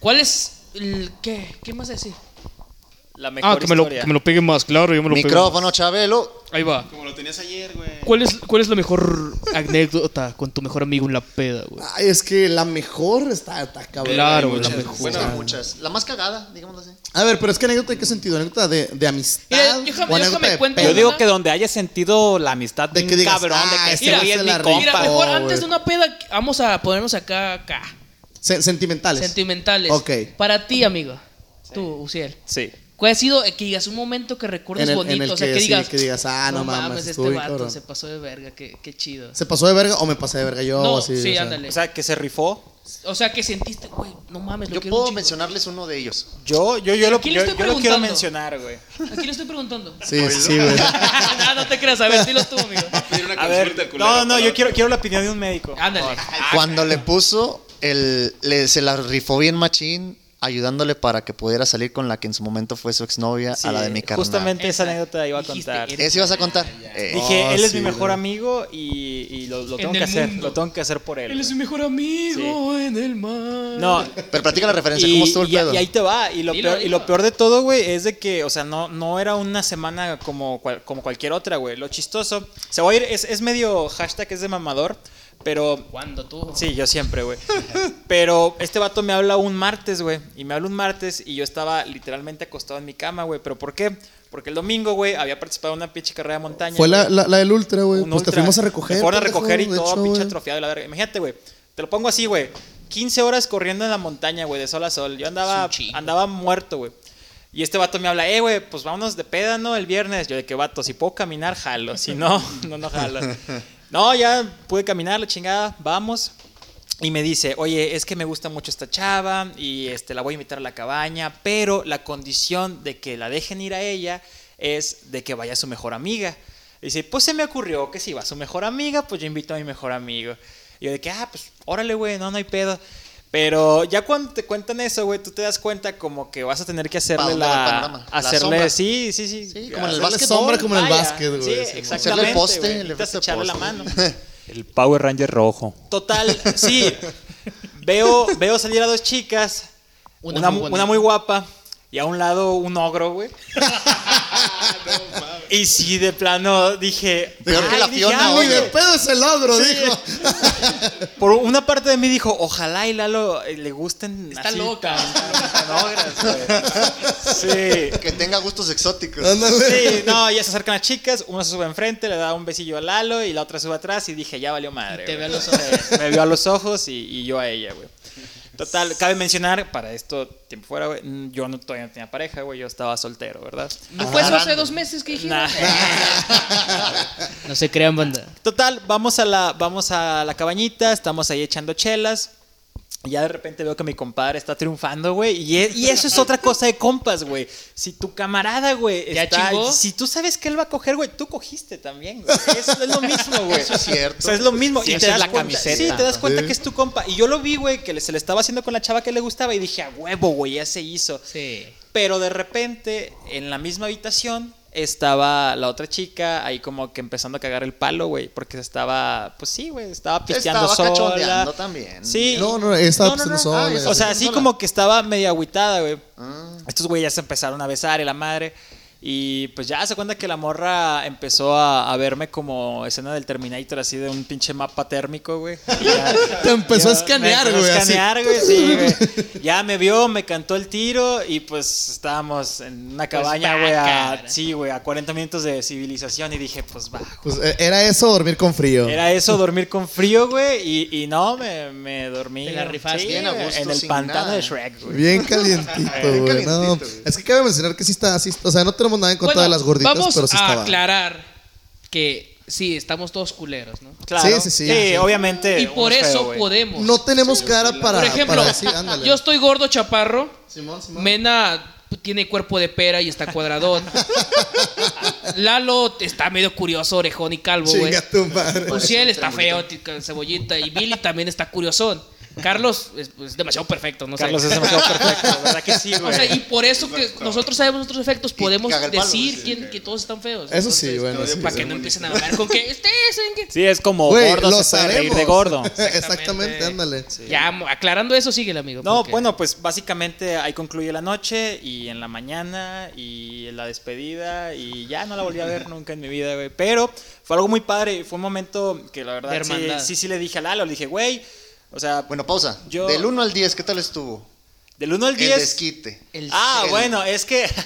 ¿Cuál es el qué? ¿Qué más decir? La Ah, mejor historia. lo peguen más, claro, yo me Micrófono, Chabelo. Ahí va. Como lo tenías ayer, güey. ¿Cuál es, ¿Cuál es la mejor anécdota con tu mejor amigo en la peda, güey? Ay, es que la mejor está, está cabrón. Claro, Hay güey, la muchas. mejor. Bueno, muchas. La más cagada, digámoslo así. A ver, pero es que anécdota, ¿en qué sentido? ¿Anécdota de, de amistad? Mira, yo jamás- ¿O yo anécdota jamás de cuento peda? Yo digo Ajá. que donde haya sentido la amistad de De un que digas, cabrón, de "Ah, que este este güey güey se es mi la Mira, compa. rifó". mejor Oh, antes güey. de una peda vamos a ponernos acá acá Se- sentimentales. sentimentales. Ok. Para ti, amigo. Tú, Uciel. Sí. ¿Cuál ha sido eh, que digas un momento que recuerdes En el- en bonito? el o sea, que que, sí, digas, que digas, ah, no mames, estuvo este bien vato cabrón". se pasó de verga, qué, qué chido. ¿Se pasó de verga o me pasé de verga yo? o no, así, o sí, sea. ándale. O sea, que se rifó. O sea, que sentiste, güey, no mames, lo Yo quiero un puedo chingo. mencionarles uno de ellos. Yo, yo, yo, lo, Aquí le estoy yo, yo lo quiero preguntando. mencionar, güey. Aquí lo estoy preguntando. Ah, Sí, sí, güey. no, no te creas, a ver, dilo tú, amigo. A ver, no, no, yo quiero, quiero la opinión de un médico. Ándale. Cuando le puso, el, le- se la rifó bien machín, ayudándole para que pudiera salir con la que en su momento fue su exnovia, Sí, a la de mi carnal. Justamente esa anécdota iba a Dijiste, contar. eres- ¿Eso ibas a contar? Eh, Dije, Oh, él es sí, mi mejor güey. amigo y, y lo, lo En tengo que el hacer. mundo. Lo tengo que hacer por él. Él es güey. mi mejor amigo en el mar. No, Pero platica la referencia, y, ¿cómo estuvo el y- pedo? y ahí te va. Y lo, Dilo, peor, y dilo. lo peor de todo, güey, es de que, o sea, no, no era una semana como, cual- como cualquier otra, güey. Lo chistoso. Se va a ir, es, es medio hashtag, es de mamador, pero ¿Cuándo tú? Sí, yo siempre, güey. Pero este vato me habla un martes, güey. Y me habla un martes y yo estaba literalmente acostado en mi cama, güey. ¿Pero por qué? Porque el domingo, güey, había participado en una pinche carrera de montaña. Fue la, güey. la, la del Ultra, güey. Un Pues te ultra. fuimos a Me recoger. fueron a pendejo, recoger y de todo hecho, pinche güey. atrofiado y la verga. Imagínate, güey. Te lo pongo así, güey. 15 horas corriendo en la montaña, güey, de sol a sol. Yo andaba, Es un chingo. andaba muerto, güey. Y este vato me habla, eh, güey, pues vámonos de peda, ¿no? El viernes. Yo de que, vato, si puedo caminar, jalo. Si no, no, no jalo. No, ya pude caminar, la chingada. Vamos. Y me dice, oye, es que me gusta mucho esta chava y este, la voy a invitar a la cabaña, pero la condición de que la dejen ir a ella es de que vaya su mejor amiga. Y dice, pues se me ocurrió que si va su mejor amiga, pues yo invito a mi mejor amigo. Y yo de que, ah, pues órale, güey, no, no hay pedo. Pero ya cuando te cuentan eso, güey, tú te das cuenta como que vas a tener que ¿Para hacerle dónde va el la... panorama? La Hacerle, sombra. sí, sí, sí. Sí, como en el Hacerle básquet. sombra como en el Vaya, básquet, güey. Sí, Simón. exactamente. Hacerle el poste, güey. el Necesitas efecto echarle la poste. mano. El Power Ranger rojo. Total, sí. Veo, veo salir a dos chicas, Una una, una muy muy, bonita. guapa y a un lado un ogro, güey. y sí, de plano dije. Peor que "Ay", la dije, Fiona, "Ah, güey". Ni de oye, pedo es el ogro, dijo. Por una parte de mí dijo, ojalá y Lalo eh, le gusten. Está así, loca. tan- tan ogras, güey. Sí. pues". Que tenga gustos exóticos. Ándale. Sí, no, ya se acercan las chicas, una se sube enfrente, le da un besillo a Lalo y la otra sube atrás y dije, ya valió madre. Te güey. veo a los ojos. me vio a los ojos y, y yo a ella, güey. Total, cabe mencionar, para esto, tiempo fuera, güey, mm, yo no, todavía no tenía pareja, güey, yo estaba soltero, ¿verdad? ¿No fue eso hace dos meses que dijeron? Nah. No se crean, banda. Total, vamos a, la, vamos a la cabañita, estamos ahí echando chelas. Y ya de repente veo que mi compadre está triunfando, güey. Y, e- y eso es otra cosa de compas, güey. Si tu camarada, güey, ¿Ya está. chingó? Si tú sabes que él va a coger, güey, tú cogiste también, güey. Eso es lo mismo, güey. Eso es cierto. O sea, es lo mismo. Sí, y esa te es das la cuenta- camiseta. Sí, te das cuenta Sí. que es tu compa. Y yo lo vi, güey, que le- se le estaba haciendo con la chava que le gustaba. Y dije, a huevo, güey, ya se hizo. Sí. Pero de repente, en la misma habitación, estaba la otra chica ahí como que empezando a cagar el palo, güey, porque estaba, pues sí, güey, estaba pisteando Estaba sola. cachondeando también. Sí. No, no, estaba pisteando sola, Ah. Ah, güey. o sea, así Sola. como que estaba medio agüitada, güey. Estos güeyes ya se empezaron a besar y la madre. Y pues ya se cuenta que la morra empezó a, a verme como escena del Terminator, así de un pinche mapa térmico, güey. Y ya- Te empezó a yo- escanear, me empezó güey. a así. escanear, güey, sí, güey. Ya me vio, me cantó el tiro y pues estábamos en una Pues cabaña, va, güey, a, cara. sí, güey, a 40 minutos de civilización y dije, pues va. Pues eh, era eso dormir con frío. Era eso, dormir con frío, güey, y, y no, me, me dormí. Te la rifaste. sí, Bien a gusto, En el sin pantano nada. de Shrek, güey. Bien calientito, güey. No, calientito, güey. es que cabe mencionar que sí está así. O sea, no tenemos nada en contra Bueno, de las gorditas, vamos pero sí a estaba. aclarar que sí, estamos todos culeros, ¿no? Claro. Sí, sí, sí. Sí. obviamente. Y por un feo, eso güey. podemos. No tenemos cara para, por ejemplo, para decir, ándale. yo estoy gordo chaparro, Simón, Simón. Mena tiene cuerpo de pera y está cuadradón. Lalo está medio curioso, orejón y calvo, güey. Pues Chinga tu madre. Uciel está Pues, feo, t- con cebollita. Y Billy también está curiosón. Carlos es, es demasiado perfecto, no sé. Carlos es demasiado perfecto, ¿verdad que sí, O güey? sea, y por eso que nosotros sabemos nuestros efectos, podemos caga el palo, decir sí, quién, que todos están feos. Eso sí, bueno. sí, Para que no empiecen a hablar con que ustedes en que... Sí, es como Güey, gordo, lo se puede reír sabemos. de gordo. Exactamente, Exactamente. ándale. Ya, mo- aclarando eso, sigue el amigo. No, porque- bueno, pues básicamente ahí concluye la noche y en la mañana y en la despedida y ya no la volví a ver nunca en mi vida, güey. Pero fue algo muy padre, fue un momento que la De verdad sí, hermandad. sí, sí le dije a Lalo, le dije, güey, o sea, Bueno, pausa. Yo- Del 1 al 10, ¿qué tal estuvo? del 1 al El 10... desquite. El- Ah, el- bueno, es que... Esa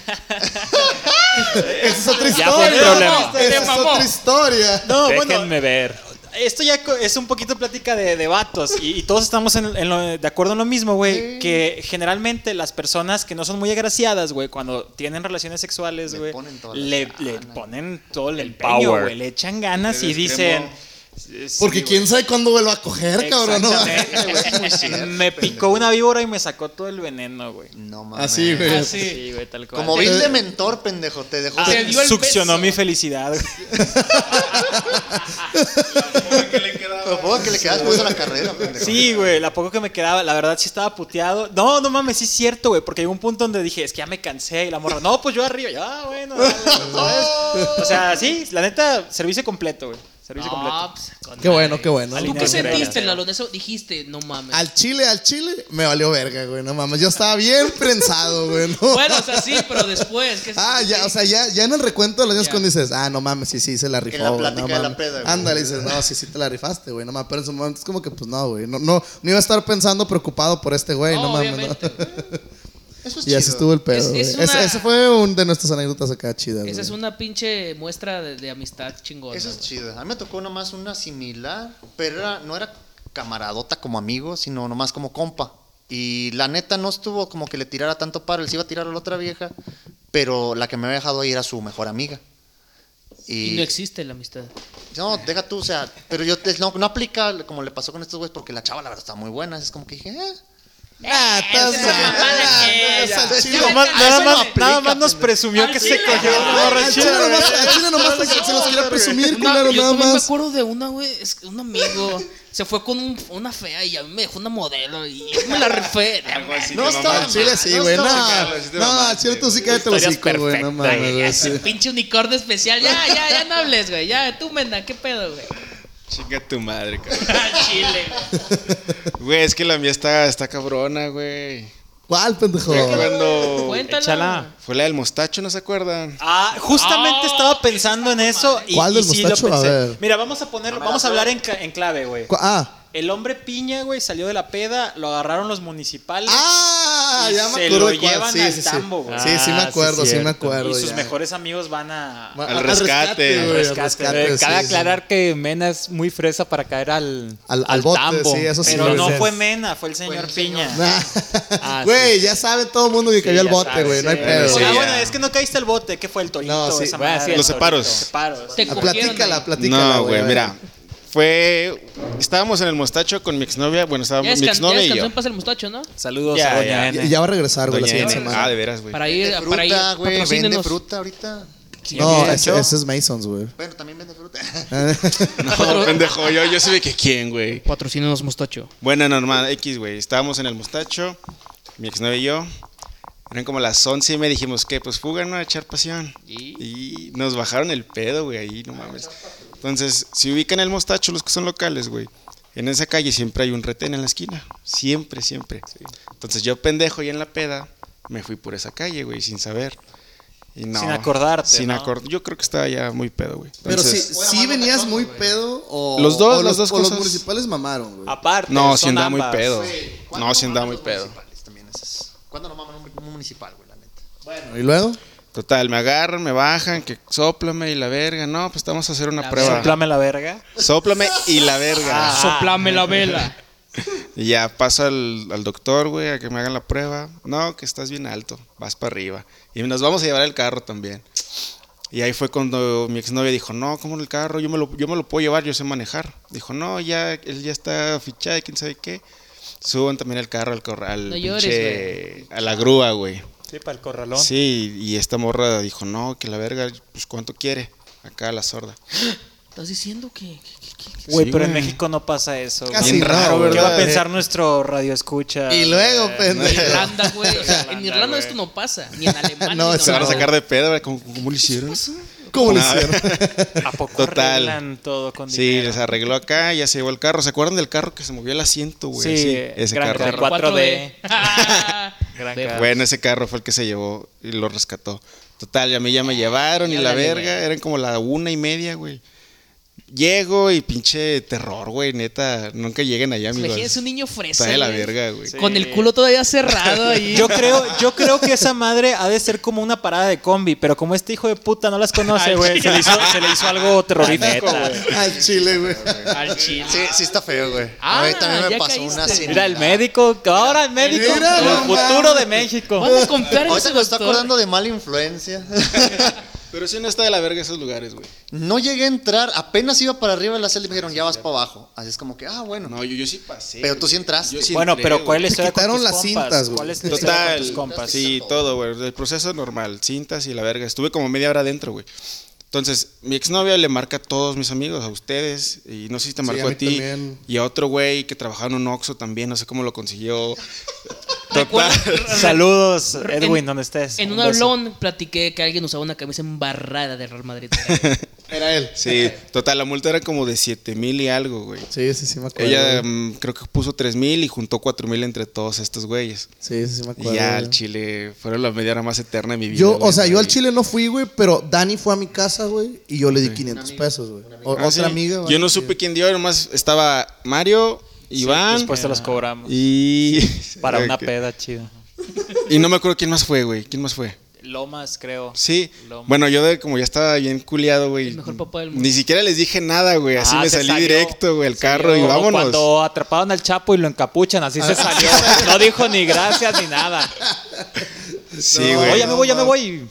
es otra Ya fue el historia. problema. Te Esa es mamó. otra historia. No, bueno, Déjenme ver. Esto ya co- es un poquito plática de, de vatos y, y todos estamos en- en lo- de acuerdo en lo mismo, güey. Que generalmente las personas que no son muy agraciadas, güey, cuando tienen relaciones sexuales, Le güey, ponen todas las le, ganas. le ponen todo el empeño, power. güey. Le echan ganas El y dicen... extremo. "Sí, Porque güey". quién sabe cuándo vuelvo a coger, cabrón. ¿no? Exactamente, güey. Me picó una víbora y me sacó todo el veneno, güey. No mames. Así, güey. Sí. Ah, Sí, güey, tal cual. Como vil de mentor, pendejo. Te dejó. Ah, Te dio el succionó beso. mi felicidad, güey. ¿Qué le quedaba? Supongo que le quedas puesto a la carrera, pendejo. Sí, güey, la poco que me quedaba, la verdad sí estaba puteado. No, no mames, sí es cierto, güey, porque llegó un punto donde dije, es que ya me cansé y la morra, no, pues yo arriba, yo, ah, bueno. dale, ¿sabes? O sea, sí, la neta, servicio completo, güey. Servicio No, completo. pues, con Qué madre. bueno, qué bueno. ¿Tú Alineado qué con sentiste, reglas. Lalo? En eso dijiste, no mames. Al chile, al chile, me valió verga, güey. No mames, yo estaba bien prensado, güey. ¿no? Bueno, o sea, sí, pero después. ¿qué Ah, ya, o sea, ya, ya en el recuento de los años Ya. cuando dices, ah, no mames, sí, sí, se la rifó. En la güey, plática no de la mames. peda, güey. Ándale, dices, no, sí, sí te la rifaste, güey, no mames. Pero en su momento es como que, pues no, güey. No, no, no iba a estar pensando preocupado por este güey, No, no, mames. ¿no? obviamente. Eso es Y así chido. estuvo el pedo. Es- güey. es Es- una- Esa fue una de nuestras anécdotas acá chidas. Esa güey. es una pinche muestra de, de amistad chingona. Eso es güey. chido. A mí me tocó nomás una similar, pero era- no era camaradota como amigo, sino nomás como compa. Y la neta no estuvo como que le tirara tanto paro, él se iba a tirar a la otra vieja, pero la que me había dejado ahí era su mejor amiga. Y Y, no existe la amistad. no, deja tú, o sea, pero yo te- no, no aplica como le pasó con estos güeyes porque la chava la verdad está muy buena, es como que dije, eh, Ah, estás- Esa mamada ah, que- es al ya. chile. pues, Eso Nada más- no nada, más, aplica, nada más nos pendejo. presumió que se cogió Ah, una morra Al chile chida, nomás, güey. al chile nomás se- se los quería presumir, Una- culero, yo nada también me más. acuerdo de una, güey, es que un amigo se fue con un- una fea y a mí me dejó una modelo y yo me la rifé. Algo así, No te está mamaste. Al chile sí, güey. No, Carlos, sí te no, al mamaste, chile tú sí güey. cállate los Historias hocico, güey. No perfectas, mames, güey. Ese sí. pinche unicornio especial. Ya, ya, ya no hables, güey. Ya, tú, menda, qué pedo, güey. Chinga tu madre, cabrón. Al Chile, güey. Güey, es que la mía está, está cabrona, güey. ¿Cuál, pendejo? Fue Cuando Cuéntala. Oh, Échala. fue la del mostacho, ¿no se acuerdan? Ah, justamente Ah, estaba pensando en eso y, ¿Cuál y del sí lo mostacho? A pensé. ver. Mira, vamos a ponerlo, vamos a hablar en, cla- en clave, güey. Cu- Ah. El hombre piña, güey, salió de la peda, lo agarraron los municipales. Ah, Y ya me se acuerdo lo de cuál. llevan sí, al sí, sí. tambo, güey. Sí, sí me Ah, sí, acuerdo, sí, me cierto. acuerdo. y sus ya. mejores amigos van a. Ma- Al rescate, güey, al al rescate. rescate, Eh, sí, cabe sí. aclarar que Mena es muy fresa para caer al, Al- al bote, sí, eso sí Pero lo no dices. fue Mena, fue el señor el señor. Piña. Nah. Ah, Güey, ya sabe todo el mundo que cayó al ya bote, sabes, güey. No hay sí. pedo. Ah, Sí, bueno, ya. es que no caíste al bote, que fue el torito. No, sí. esa Bueno, madre. sí, los El separos. torito. Separos. Te Ah, cogieron, Platícala, güey. platícala. No, güey, a ver. mira. Fue. Estábamos en el mostacho con mi exnovia. Bueno, estaba Ya mi es, can, ya exnovia es y yo. canción pasa el mustacho, ¿no? Saludos Ya, a Doña ya, N. Ya, ya va a regresar, güey, la Doña siguiente Ene. semana. Ah, de veras, güey. Para ir, vende para ir, fruta, güey, vende patrocínenos. fruta ahorita. No, ¿Quién? ese, ¿Yo? ese es Masons, güey. Bueno, también vende fruta. No, pendejo, yo, yo sé que quién, güey. Patrocínenos, mustacho. Bueno, normal, X, güey. Estábamos en el mostacho, mi exnovia y yo. Eran como las 11 y me dijimos, ¿qué? Pues fugan ¿no? A echar pasión. ¿Y? nos bajaron el pedo, güey, ahí, no mames. Entonces, si ubican el mostacho, los que son locales, güey, en esa calle siempre hay un retén en la esquina. Siempre, siempre. Entonces yo, pendejo, y en la peda, me fui por esa calle, güey, sin saber. Y no, Sin acordarte, Sin ¿no? acordar. Yo creo que estaba ya muy pedo, güey. Pero si, Entonces- si venías muy pedo o Los dos, o las dos o los cosas. municipales mamaron, güey. Aparte, No, son sin andaba muy ambas. pedo. No, sin andaba muy pedo. ¿Cuándo no maman un, un municipal, güey, la neta? ¿Y luego? Total, me agarran, me bajan, que sóplame y la verga. No, pues vamos a hacer una prueba. Soplame la verga. Sóplame y la verga. Ah. Sóplame la vela. Y ya paso al, al doctor, güey, a que me hagan la prueba. No, que estás bien alto, vas para arriba. Y nos vamos a llevar el carro también. Y ahí fue cuando mi exnovia dijo, no, ¿cómo en el carro? Yo me, lo, yo me lo puedo llevar, yo sé manejar. Dijo, no, ya, él ya está fichado y quién sabe qué. Suban también el carro al, corra- al No llores, pinche- a la grúa, güey. Sí, para el corralón. Sí, y esta morra dijo, no, que la verga, pues cuánto quiere. Acá la sorda. ¿Estás diciendo que, Güey, Sí, pero en güey. México no pasa eso. Casi güey. Bien no, raro, ¿Qué va a ¿verdad? pensar nuestro radio escucha? Y luego, pendejo. Irlanda, güey. o sea, en Irlanda, Irlanda güey. esto no pasa. Ni en Alemania. No, ni se Se van a donde- sacar de pedo, ¿verdad? ¿cómo, cómo lo hicieron? ¿Cómo lo Nada. hicieron? ¿A poco Total. arreglan todo con Sí, dinero? les arregló acá, ya se llevó el carro. ¿Se acuerdan del carro que se movió el asiento, güey? Sí, ese gran carro. carro. 4D. Gran Ve, carro. Bueno, ese carro fue el que se llevó y lo rescató. Total, a mí ya me llevaron y Ya la dale, verga, eran como la una y media, güey. Llego y pinche terror, güey, neta, nunca lleguen allá, amigos. Imagínense un niño fresa. Está de la güey, verga, güey. Sí. Con el culo todavía cerrado ahí. Yo creo, yo creo que esa madre ha de ser como una parada de combi, pero como este hijo de puta no las conoce, güey, se, le hizo- se le hizo algo terrorífico, güey. Al chile, güey. Al chile. Sí, sí está feo, güey. Ah, a mí también ya me pasó una caíste. similar. Mira, el médico, ahora el médico, Mira el nomás. futuro de México. Vamos a comprar Ahorita eso, me está doctor. acordando de mala influencia. Pero sí no está de la verga esos lugares, güey. No llegué a entrar, apenas iba para arriba de la celda y me dijeron, ya vas para abajo. Así es como que, ah, bueno. No, yo, yo sí pasé. Pero tú sí entraste. Yo sí Bueno, entré, pero güey. ¿cuál es la historia quitaron con tus las compas? cintas, güey. ¿Cuál es la historia con Total, tus compas? sí, todo, güey. El proceso normal, cintas y la verga. Estuve como media hora adentro, güey. Entonces, mi exnovia le marca a todos mis amigos, a ustedes, y no sé si te Sí, marcó a a, mí ti, también. y a otro güey que trabajaba en un Oxxo también, no sé cómo lo consiguió. Recuerda- Total. Saludos, Edwin, En- donde estés. En un beso. hablón platiqué que alguien usaba una camisa embarrada de Real Madrid. Era él. Sí, total, la multa era como de 7 mil y algo, güey. Sí, sí, sí me acuerdo. Ella güey. mm, creo que puso 3 mil y juntó 4 mil entre todos estos güeyes. Sí, sí, sí me acuerdo. Y ya al güey. chile fueron la media hora más eterna de mi vida. Yo, güey, o sea, yo al güey. chile no fui, güey, pero Dani fue a mi casa, güey, y yo le di 500 pesos, güey. O- Ah, Otra sí. amiga, güey. Yo no supe quién dio, nomás estaba Mario, Iván. Después te los cobramos. y. Para una Ok. peda chida. Y no me acuerdo quién más fue, güey. ¿Quién más fue? Lomas, creo. Sí. Lomas. Bueno, yo de, como ya estaba bien culiado, güey. El mejor papá del mundo. Ni siquiera les dije nada, güey. Así Ah, me se salí salió. directo, güey, al Se carro y salió. vámonos. Cuando atraparon al Chapo y lo encapuchan, así se salió. No dijo ni gracias ni nada. Sí, No, güey. ya me voy, ya me voy.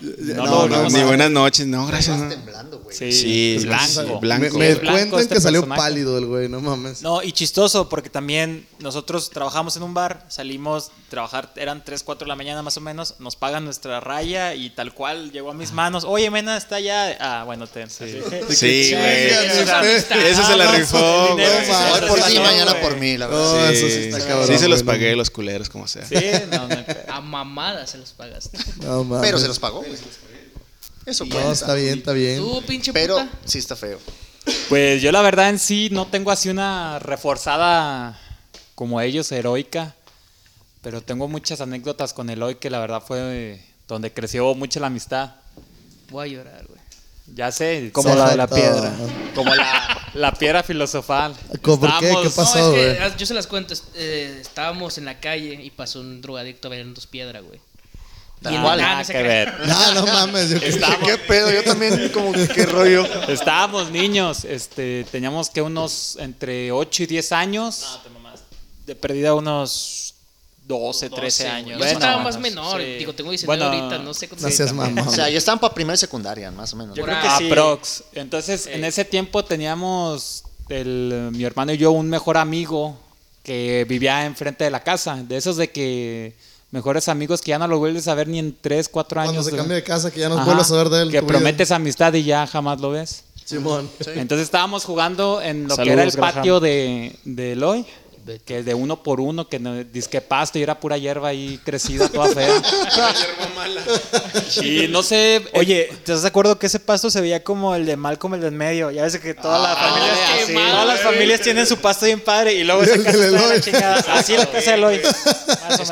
No, No, no, no, no, ni no. buenas noches. No, gracias. Estás no. temblando, güey. Sí, Sí, blanco. Me, Blanco. me Blanco cuentan este que salió personaje. pálido el güey, no mames. No, y chistoso, porque también nosotros trabajamos en un bar, salimos a trabajar, eran 3, 4 de la mañana más o menos, nos pagan nuestra raya y tal cual llegó a mis manos. Oye, Mena, está allá. Ah, bueno, te. Sí, güey. Eso es amistad. Ese se la Ah, no, rifó, dinero, güey. sí, sí, Hoy por sí, ti, no, mañana güey. por mí, la verdad. No, Sí, eso sí está cabrón. sí, se los güey, no pagué mames. los culeros, como sea. Sí, no, no. hay pedo. A mamada se los pagaste. No mames. Pero se los pagó, güey. Eso No, cuenta. está bien, está bien. Tú, pinche Pero puta. sí está feo. Pues yo la verdad en sí no tengo así una reforzada como ellos, heroica, pero tengo muchas anécdotas con Eloy que la verdad fue donde creció mucho la amistad. Voy a llorar, güey. Ya sé, Se como la de la faltó. piedra, como la, la piedra filosofal. ¿Cómo, por qué? Estábamos- ¿Qué pasó? No, es güey? que ah, yo se las cuento. es- eh, estábamos en la calle y pasó un drogadicto a vernos piedra, güey. No, Y el- nada nah, no se que crea. ver. No, no mames. Yo qué Estábamos- ¿Qué pedo? Yo también como que qué rollo. Estábamos niños, este, teníamos que unos entre 8 y 10 años. De perdida unos 12, 13 años. Yo sí estaba más menor. Digo, tengo 19 ahorita, no sé cuánto. No seas mamón. O sea, ya estaban para primera y secundaria, más o menos. Yo ¿no? Ah, creo que sí. Aprox. Entonces, en ese tiempo teníamos el, mi hermano y yo un mejor amigo que vivía enfrente de la casa. De esos de que mejores amigos que ya no los vuelves a ver ni en 3, 4 años. Cuando se cambie de casa, que ya nos Ajá, vuelvas a ver de él. Que tu vida. prometes amistad y ya jamás lo ves. Simón. Entonces estábamos jugando en lo Saludos, que era el Graham. patio de, de Eloy. Que es de uno por uno, que no, disque pasto y era pura hierba ahí crecida, toda fea. Hierba mala. y no sé, eh, Oye, ¿te estás de acuerdo que ese pasto se veía como el de Malcolm, el del medio? Ya ves que toda Ah, la familia- qué así, mal, todas las güey. familias tienen su pasto bien padre y luego ese El caso del está de la Eloy. chingada. Así es que se lo Es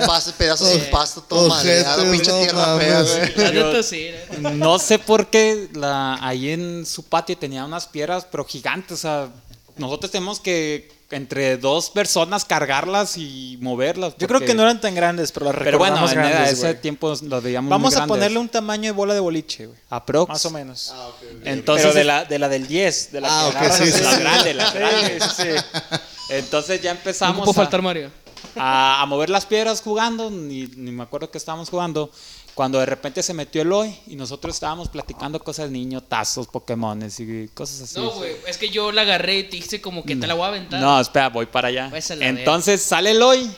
pasto- pedazos de pasto todo Ojete, madreado, pinche no tierra mames. fea, güey. La neta sí, no sé por qué la, ahí en su patio tenía unas piedras, pero gigantes. O sea, nosotros tenemos que entre dos personas cargarlas y moverlas. Yo creo que no eran tan grandes, pero las Pero bueno, recordamos en grandes, ese güey. tiempo las veíamos Vamos muy a grandes. ponerle un tamaño de bola de boliche, güey. Aprox. Más o menos. Ah, ok. Entonces- Pero de la, de la del 10, de la Ah, que ok, agarras sí, así, sí, la sí. grande, la Sí, grande. sí, Entonces ya empezamos. No puedo faltar Mario. a, a mover las piedras jugando, ni, ni me acuerdo que estábamos jugando, cuando de repente se metió Eloy y nosotros estábamos platicando cosas de niño, tazos, pokémones y cosas así. No, güey, es que yo la agarré y te hice como que te la voy a aventar. No, espera, voy para allá. Pues a la Entonces sale Eloy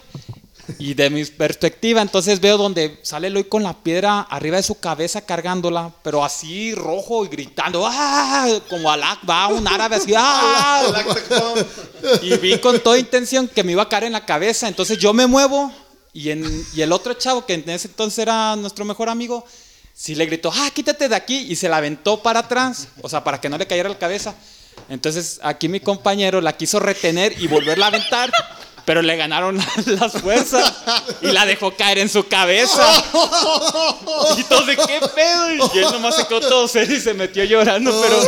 y de mi perspectiva, entonces veo donde sale Eloy con la piedra arriba de su cabeza cargándola, pero así rojo y gritando, ¡ah! Como Alak va un árabe así, ¡ah! Y vi con toda intención que me iba a caer en la cabeza, entonces yo me muevo y, en- y el otro chavo que en ese entonces era nuestro mejor amigo, sí le gritó, ¡ah, quítate de aquí! Y se la aventó para atrás, o sea, para que no le cayera la cabeza. Entonces aquí mi compañero la quiso retener y volverla a aventar, pero le ganaron las fuerzas y la dejó caer en su cabeza. Y todos de qué pedo. Y él nomás se quedó todo serio y se metió llorando, pero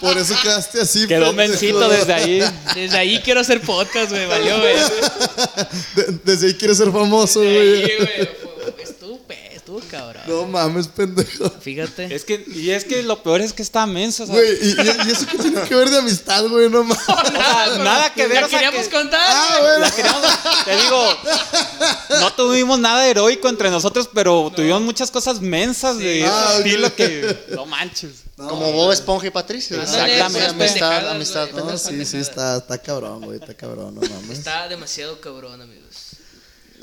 Por eso quedaste así. Quedó pendejo. mencito desde ahí. Desde ahí quiero hacer podcast, güey, valió, güey. De- desde ahí quieres ser famoso, güey. Estuvo cabrón. No mames, pendejo. Fíjate. Es que, y es que lo peor es que está menso. o sea, Güey, ¿y, y- y eso qué tiene que ver de amistad, güey? No mames. nada que ver. La o sea, queríamos que- contar. Ah, La queríamos- te digo, no tuvimos nada heroico entre nosotros, pero tuvimos muchas cosas mensas de ese Ah, ok. estilo que no manches. Como Bob Esponja y Patricio. Ándale, Exactamente. puras pendejadas, Amistad, güey. amistad. No, pendeja. Sí, sí, está, está cabrón, güey. Está cabrón, no mames. Está demasiado cabrón, amigos.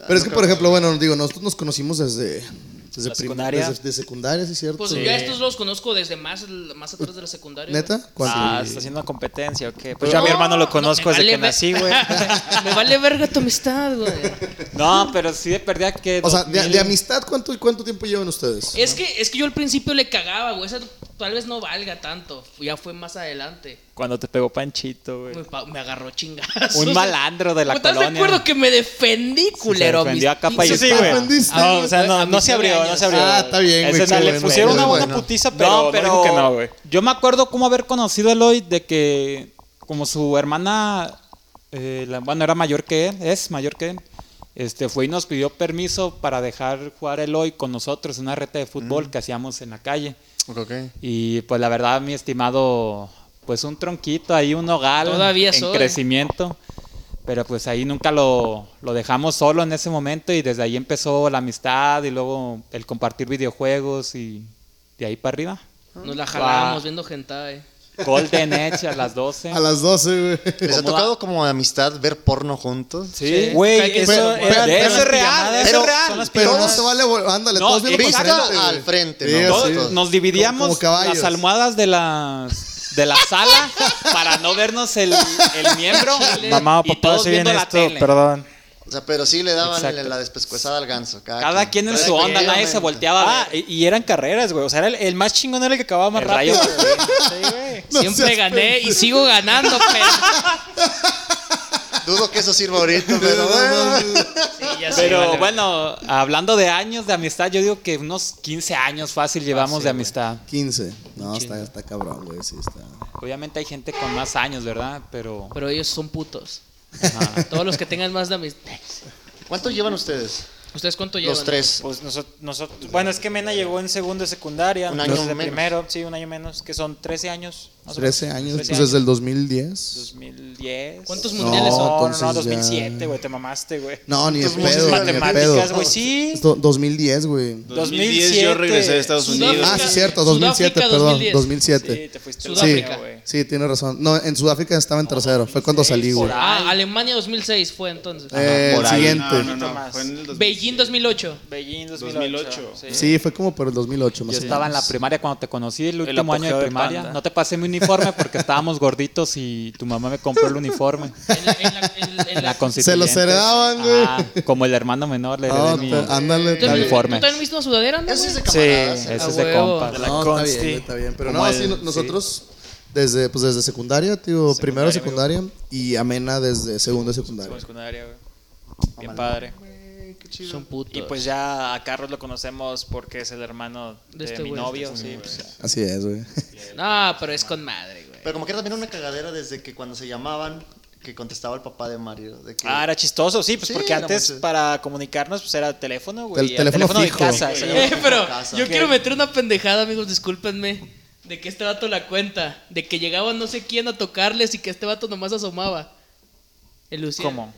Pero es que, por ejemplo, bueno, digo, nosotros nos conocimos desde. Desde La prim- secundaria. Desde, de secundaria, sí, cierto. Pues yo a estos los conozco desde más, más atrás de la secundaria. ¿Neta? ¿Cuánto? Ah, está haciendo una competencia, ok. Pues Pero- yo a mi hermano No, lo no, conozco me desde que vale nací, ver- güey. Me vale verga tu amistad, güey. No, pero sí de perdida que. O sea, de, 2000 de amistad, ¿cuánto, ¿cuánto tiempo llevan ustedes? Eh, Es que, es que yo al principio le cagaba, güey. Esa tal vez no valga tanto. Ya fue más adelante. Cuando te pegó Panchito, güey. Me, pa- me agarró chingazos. Un malandro de la ¿Estás de colonia. acuerdo que me defendí, culero? defendió mis a capa y pinches- Sí, espada. güey. Aprendiste, Ah, güey. o sea, no, A no mis se abrió, nueve no se años. abrió. Ah, está bien, güey, Ese qué no, le bueno, pusieron qué una buena bueno. putiza, No, pero, no, pero- dijo que no, güey. Yo me acuerdo cómo haber conocido a Eloy de que como su hermana, eh, la- bueno, era mayor que él, es mayor que él, este, fue y nos pidió permiso para dejar jugar a Eloy con nosotros en una reta de fútbol que hacíamos en la calle. Ok. Y pues la verdad, mi estimado, pues un tronquito ahí, un hogar Todavía en soy. crecimiento. Pero pues ahí nunca lo, lo dejamos solo en ese momento y desde ahí empezó la amistad y luego el compartir videojuegos y de ahí para arriba. Nos la jalábamos Wow. viendo hentai. Golden Edge a las 12. A las 12, güey. ¿Les ha Como tocado como amistad ver porno juntos? Sí. Güey, Cállate, eso, pero- pero- de- eso es real, eso es real. Pero no se vale, güey. Ándale, No, eh, todos bien y para vista güey. Pues al frente, ¿no? Pues Sí, Todos sí. Todos. nos dividíamos Como caballos. las almohadas de las de la sala para no vernos el, el miembro. Mamá, y papá, todos soy bien viendo la esto, tele. perdón. O sea, pero sí le daban Exacto. la despescuezada al ganso. Cada, Cada quien en su onda, nadie se volteaba. a Ah, ver. y, y eran carreras, güey. O sea, era el, el más chingón era el que acababa más El rayo rápido. No Siempre seas gané y sigo ganando, pero. Dudo que eso sirva ahorita, pero bueno. Sí, ya sé, Pero vale, vale. bueno, hablando de años de amistad, yo digo que unos 15 años fácil llevamos de amistad. 15. No, está, está cabrón, güey. Sí, está. Obviamente hay gente con más años, ¿verdad? Pero Pero ellos son putos. ajá. Todos los que tengan más de amistad. ¿Cuánto llevan ustedes? ¿Ustedes cuánto llevan? Los tres. Pues nosotros, bueno, es que Mena llegó en segundo de secundaria. Un nosotros año de menos. primero, sí, un año menos, que son 13 años. más o menos. 13 años, pues 13 desde el 2010. 2010. ¿Cuántos no, mundiales son? No, entonces no, ya- 2007, güey, te mamaste, güey. No, ni de Tus muchas pedo. ni de matemáticas, pedo. güey, sí. Esto- 2010, güey. 2010 yo regresé a Estados Sudáfrica. Unidos. Ah, sí, cierto, 2007, Sudáfrica, perdón. 2010. 2007. Sí, te fuiste a Sí, Sudáfrica, güey. sí, tiene razón. No, en Sudáfrica estaba en tercero. Fue cuando salí, güey. Ah, Alemania 2006 fue entonces. Eh, Por el ahí. siguiente. No, no, no. más. Fue en el 2000. Beijing 2008. Beijing 2008. 2008. ah, sí. Sí, fue como por el 2008, más Yo o estaba en menos. la primaria cuando te conocí, el último apogeo año de de primaria. Panda. No te pasé mi uniforme porque estábamos gorditos y tu mamá me compró el uniforme. En la Se los Constituyente. heredaban, güey. Ah, como el hermano menor le heredé Ah, mi, te- ándale, mi está bien. uniforme. ¿Tú también viste una sudadera? No, güey? Ah, Sí, ese es de compas. No, está bien, está bien. Pero no, Como sí, el- no- nosotros desde, pues desde secundaria, tío, primero de secundaria y Amena desde segundo de secundaria. secundaria, güey. Bien padre. Son putos. Y pues ya a Carlos lo conocemos porque es el hermano de, De este mi güey. novio. Este sí, güey. pues, Así es, güey. No, pero es con madre, güey. Pero como que era también una cagadera desde que cuando se llamaban, que contestaba el papá de Mario. de que- Ah, era chistoso, sí, pues Sí, porque era antes mucho. para comunicarnos pues era teléfono, güey. El y teléfono de fijo. casa. Sí, sí. Eh, pero Casa. yo Ok. quiero meter una pendejada, amigos, discúlpenme. De que este vato la cuenta. De que llegaba no sé quién a tocarles y que este vato nomás asomaba. El Luciel. ¿Cómo?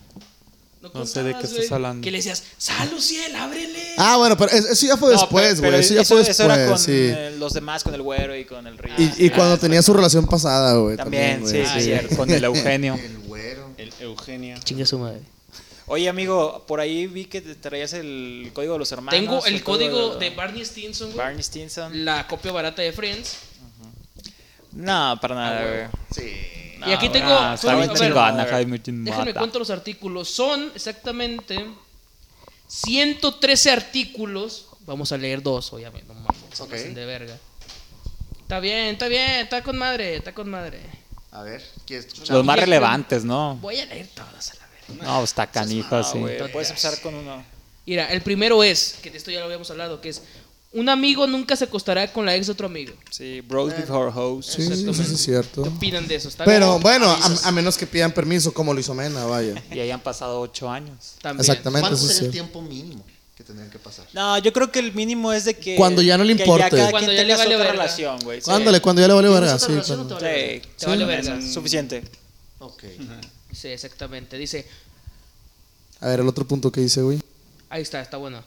No, No sé de qué contabas, estás güey, hablando. Que le decías, ¡Sal, Luciel, ábrele! Ah, bueno, pero es- eso ya fue No, después, pero- pero güey. Eso ya fue después, Pues eso era con sí. eh, los demás, con el güero y con el río. y y cuando tenía su relación pasada, güey. También, güey, sí, ah, cierto. Con el Eugenio. El güero. El Eugenia. Chinga su madre. Oye, amigo, por ahí vi que te traías el código de los hermanos. Tengo el código de Barney, Barney Stinson, güey. Stinson. La copia barata de Friends. No, para nada, Ah, güey. Sí. y aquí güey. tengo. Ah, está son- bien a ver, chingona, Jaime Déjenme Chinmata. cuento los artículos. Son exactamente 113 artículos. Vamos a leer dos, obviamente. No mames, se Ok. pasen de verga. Está bien, está bien, está con madre, está con madre. A ver, ¿quieres escuchar? Los más relevantes, ¿no? Voy a leer todos a la verga. No, está canijo No, así. güey, Puedes empezar con uno. Mira, el primero es, que de esto ya lo habíamos hablado, que es un amigo nunca se acostará con la ex de otro amigo. Sí, Bros Before Hoes. Sí, sí, sí, sí, es ¿Qué cierto. opinan de eso? ¿Está Pero bien? bueno, a, a menos que pidan permiso, como lo hizo Mena, vaya. Y hayan pasado ocho años. También. Exactamente, ¿Cuánto eso es sería el cierto. tiempo mínimo que tendrían que pasar? No, yo creo que el mínimo es de que. Cuando ya no le que importe. cada quien Cuando ya tenga le vale otra verga. relación, güey. sí. Ándale, cuando ya le valió verga. ¿Tienes Sí, otra relación cuando- o te vale Sí, Te vale verga. es suficiente. Ok. Sí, exactamente. Dice, A ver, el otro punto que dice, güey. Ahí está, está bueno.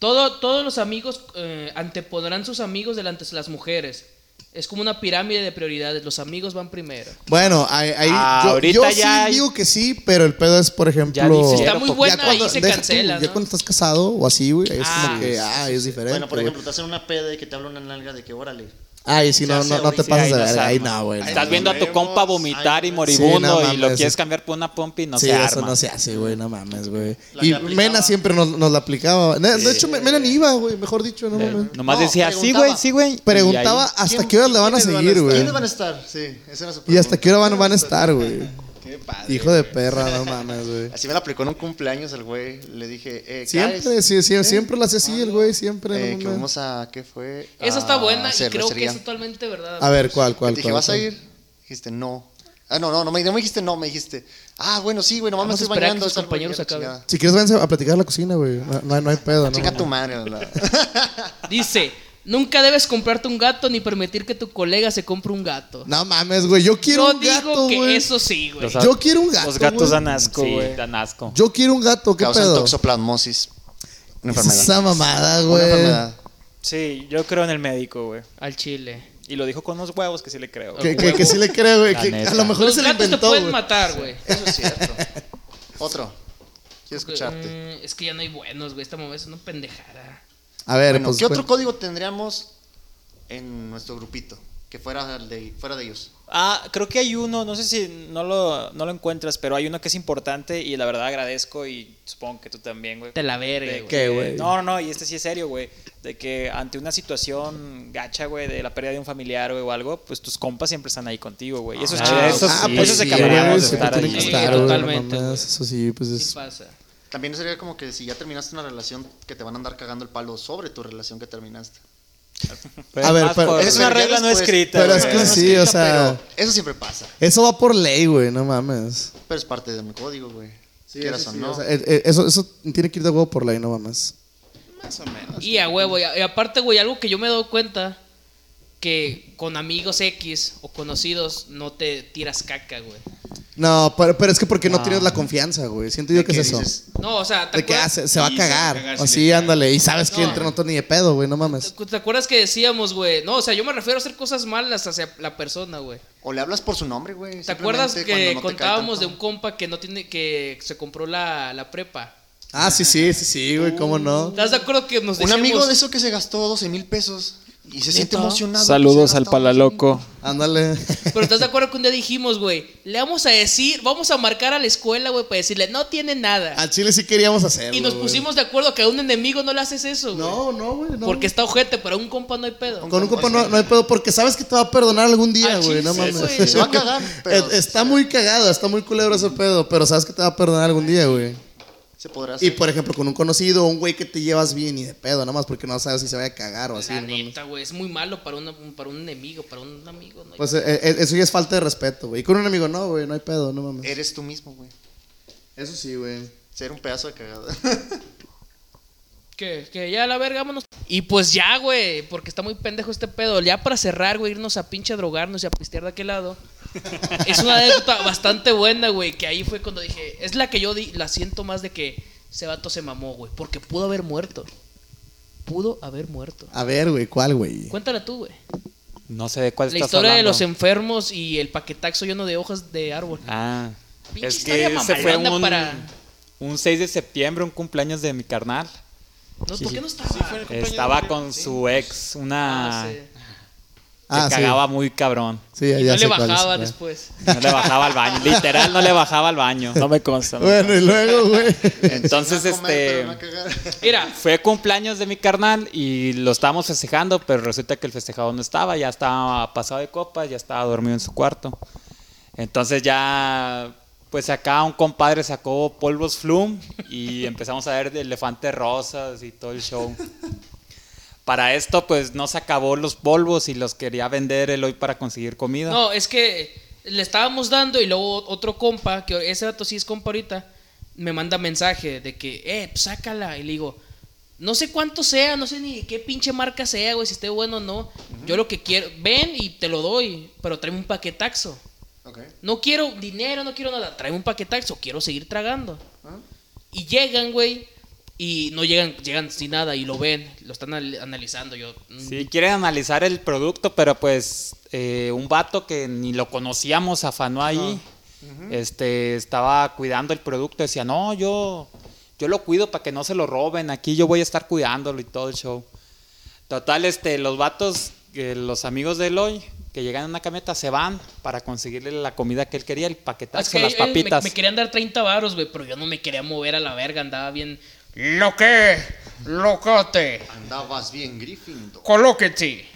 Todo, todos los amigos eh, antepondrán sus amigos delante de las mujeres. Es como una pirámide de prioridades. Los amigos van primero. Bueno, ahí, ahí Ah, yo, ahorita yo ya- sí digo que sí, pero el pedo es, por ejemplo. Ya difiero, Está muy buena, ya cuando- ahí se deja tú, cancela, Ya ¿no? cuando estás casado o así, güey, ahí es Ah, como que, ah, es diferente. Bueno, por güey. ejemplo, te hacen una peda y que te habla una nalga de que órale. Ay, si no, se hace no, no te ahorita, pasas de ahí no se verga. Ahí arma. no, güey. Estás no, viendo a tu vemos. compa vomitar y moribundo Sí, no y lo mames. quieres cambiar por una pompa y no sí, se eso arma. no se hace, güey, no mames, güey. La que Y aplicaba. Mena siempre nos, nos la aplicaba. De de hecho, Me- Mena ni iba, güey, mejor dicho, no mames. Nomás No, decía, sí, preguntaba. güey, sí, güey. y Preguntaba ahí- hasta qué horas le van a ¿Quiénes seguir, güey. ¿Quiénes van a estar? Sí, esa era su Y hasta pregunta. qué hora van, van a estar, güey. Qué padre. Hijo de perra, no mames, güey. Así me la aplicó en un cumpleaños el güey. Le dije, eh, Siempre, ¿caes? sí, sí, siempre lo hace así el güey, siempre. Eh, no que mames. vamos a. ¿Qué fue? Esa está A buena y creo que cervecería. es totalmente verdad. Ah, A ver, ¿cuál, cuál? Te dije, cuál, ¿vas a cuál? ir? Dijiste, no. Ah, no, no, no me, no me dijiste no, me dijiste, ah, bueno, sí, güey, nomás me Vamos a estoy esperar a que bañando. sus es algo compañeros de la acaben. chingada". Si quieres, váyanse a platicar a la cocina, güey. No, no hay- no hay pedo, ¿no? Chinga tu madre, la- Dice, nunca debes comprarte un gato ni permitir que tu colega se compre un gato. No mames, güey. Yo quiero Yo un digo gato, que güey. eso sí, güey. Los Yo quiero un gato. Los gatos güey. dan asco, güey. Sí, dan asco. Yo quiero un gato, ¿qué Causan pedo? toxoplasmosis. Una Es Esa enfermedad. mamada, Una güey. enfermedad. Sí, yo creo en el médico, güey. Al chile. Y lo dijo con unos huevos que sí le creo. Que, que, que sí le creo, güey. que A neta. lo mejor Los se le gatos te inventó, pueden güey. matar, güey. Eso es cierto. Otro. Quiero escucharte. Mm, es que ya no hay buenos, güey. Esta momento es una pendejada. A ver, Bueno, pues. ¿qué otro pues, código tendríamos en nuestro grupito? Que fuera de, fuera de ellos. Ah, creo que hay uno, no sé si no lo, no lo encuentras, pero hay uno que es importante y la verdad agradezco y supongo que tú también, güey. Te la verga, De güey. que- güey? No, no, no, y este sí es serio, güey. De que ante una situación gacha, güey, de la pérdida de un familiar, güey, o algo, pues tus compas siempre están ahí contigo, güey. Y eso es Ah, chido. eso Eso, Ah, sí, pues eso es de sí, camaradas, güey, de siempre estar tiene que ahí. estar, güey, no Totalmente, mames, güey. Eso sí, pues ¿Qué es. pasa? También sería como que si ya terminaste una relación, que te van a andar cagando el palo sobre tu relación que terminaste. Pero A ver, más pero- por- Es Es una Ya regla no después- escrita, pero güey. es que No sí, escrita, o sea- pero Eso siempre pasa. Eso va por ley, güey, no mames. Pero es parte de un código, güey. Sí, Quieras eso o sí, no. o sea, eh, eh, eso, eso tiene que ir de huevo por ley, no mames. Y a huevo, y, a- y aparte, güey, algo que yo me he dado cuenta, que con amigos X o conocidos no te tiras caca, güey. No, pero, pero es que porque no tienes la confianza, güey. Siento yo Ah. que es eso. dices, No, o sea, ¿te De que ah, acuerdas, se, se va a Sí, se va a cagar. cagar si Así, le cae. ándale. Y sabes que No. entre no ni de pedo, güey, no mames. te, te acuerdas que decíamos, güey? No, o sea, yo me refiero a hacer cosas malas hacia la persona, güey. O le hablas por su nombre, güey. ¿Te acuerdas simplemente cuando que no te contábamos cae de tanto. un compa que no tiene que se compró la, la prepa? Ah, sí, sí, sí, sí, güey, cómo no. ¿Estás de acuerdo que nos Un decíamos? amigo de eso que se gastó 12 mil pesos. Y se siente emocionado. Saludos al palaloco. Ándale. Pero ¿estás de acuerdo que un día dijimos, güey? Le vamos a decir, vamos a marcar a la escuela, güey, para decirle, no tiene nada. Al Chile sí queríamos hacerlo. Y nos güey. pusimos de acuerdo que a un enemigo no le haces eso, güey. No, no, güey. no. Porque está ojete, pero a un compa no hay pedo. Con un compa no, no hay pedo porque sabes que te va a perdonar algún Al día, güey. chile No sí, mames. güey. Se va a cagar, pero- Eh, está muy cagado, está muy culero ese pedo, pero sabes que te va a perdonar algún día, güey. Se podrá hacer. Y pues, por ejemplo, con un conocido, un güey que te llevas bien y de pedo, nada más porque no sabes si se vaya a cagar o así. La ¿no? neta, güey, es muy malo para, una- para un enemigo, para un amigo. No hay Pues eh, eh, eso ya es falta de respeto, güey. Y con un amigo, no, güey, no hay pedo, no mames. Eh, Eres tú mismo, güey. Eso sí, güey. Ser un pedazo de cagada. Que, que ya la verga, vámonos. Y pues ya, güey, porque está muy pendejo este pedo. Ya para cerrar, güey, irnos a pinche drogarnos y a pistear de aquel lado. es una anécdota bastante buena, güey, que ahí fue cuando dije, es la que yo di- la siento más de que ese vato se mamó, güey, porque pudo haber muerto. Pudo haber muerto. A ver, güey, ¿cuál, güey? Cuéntala tú, güey. No sé de em- cuál La estás historia de hablando. los enfermos y el paquetaxo lleno de hojas de árbol. Ah, Pinche es historia que se fue mamalona un, para- un 6 de septiembre, un cumpleaños de mi carnal. No, ¿por qué no estaba? Estaba con su ex, una Ah, sí. que Ah, sí. cagaba muy cabrón. Sí, ya, Y ya no sé le cuál es, Ah. bajaba güey. después. No le bajaba al baño, literal no le bajaba al baño. No me consta. ¿no? Bueno, y luego, güey. Entonces, Va a comer, este, pero no a cagar. Mira, fue cumpleaños de mi carnal y lo estábamos festejando, pero resulta que el festejado no estaba, ya estaba pasado de copas, ya estaba dormido en su cuarto. Entonces ya, pues acá un compadre sacó polvos flum y empezamos a ver de elefantes rosas y todo el show. Para esto, pues no se acabó los polvos y los quería vender el hoy para conseguir comida. No, es que le estábamos dando y luego otro compa, que ese dato sí es compa ahorita, me manda mensaje de que, eh, pues, sácala. Y le digo, no sé cuánto sea, no sé ni qué pinche marca sea, güey, si esté bueno o no. Yo lo que quiero, ven y te lo doy, pero tráeme un paquetaxo. Ok. No quiero dinero, no quiero nada, tráeme un paquetaxo, quiero seguir tragando. Ah. Y llegan, güey, y no llegan, llegan sin nada y lo ven, lo están anal- analizando. Yo, mm, Sí, quieren analizar el producto, pero pues eh, un vato que ni lo conocíamos afanó ahí. Este estaba cuidando el producto, decía, no, yo, yo lo cuido para que no se lo roben, aquí yo voy a estar cuidándolo y todo el show. Total, este, los vatos, eh, los amigos de Eloy, que llegan en una camioneta, se van para conseguirle la comida que él quería, el Es paquetazo, que las ellos me- papitas. Me, querían dar 30 varos, güey, pero yo no me quería mover a la verga, andaba bien. Lo que, locote, Andabas bien, Gryffindor. colóquete.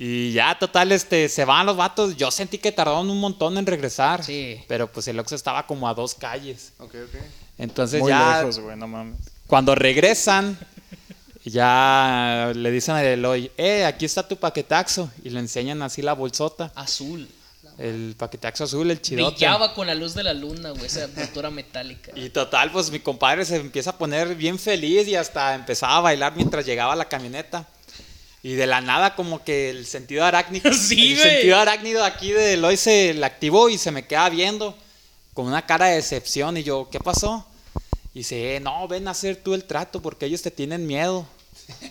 Y ya, total, este, se van los vatos. Yo sentí que tardaron un montón en regresar. Sí. Pero pues el Oxxo estaba como a dos calles. Ok, ok. Entonces Muy ya lejos, güey, no mames. Cuando regresan, ya le dicen a Eloy, eh, aquí está tu paquetaxo. Y le enseñan así la bolsota. Azul. El paquetaxo azul, el chidote. Brillaba con la luz de la luna, güey, esa envoltura metálica. Y total, pues mi compadre se empieza a poner bien feliz y hasta empezaba a bailar mientras llegaba a la camioneta. Y de la nada como que el sentido arácnido, Sí, el güey. sentido arácnido aquí de Eloy se le activó y se me queda viendo con una cara de decepción y yo, ¿qué pasó? Y dice, "Eh, no, ven a hacer tú el trato porque ellos te tienen miedo.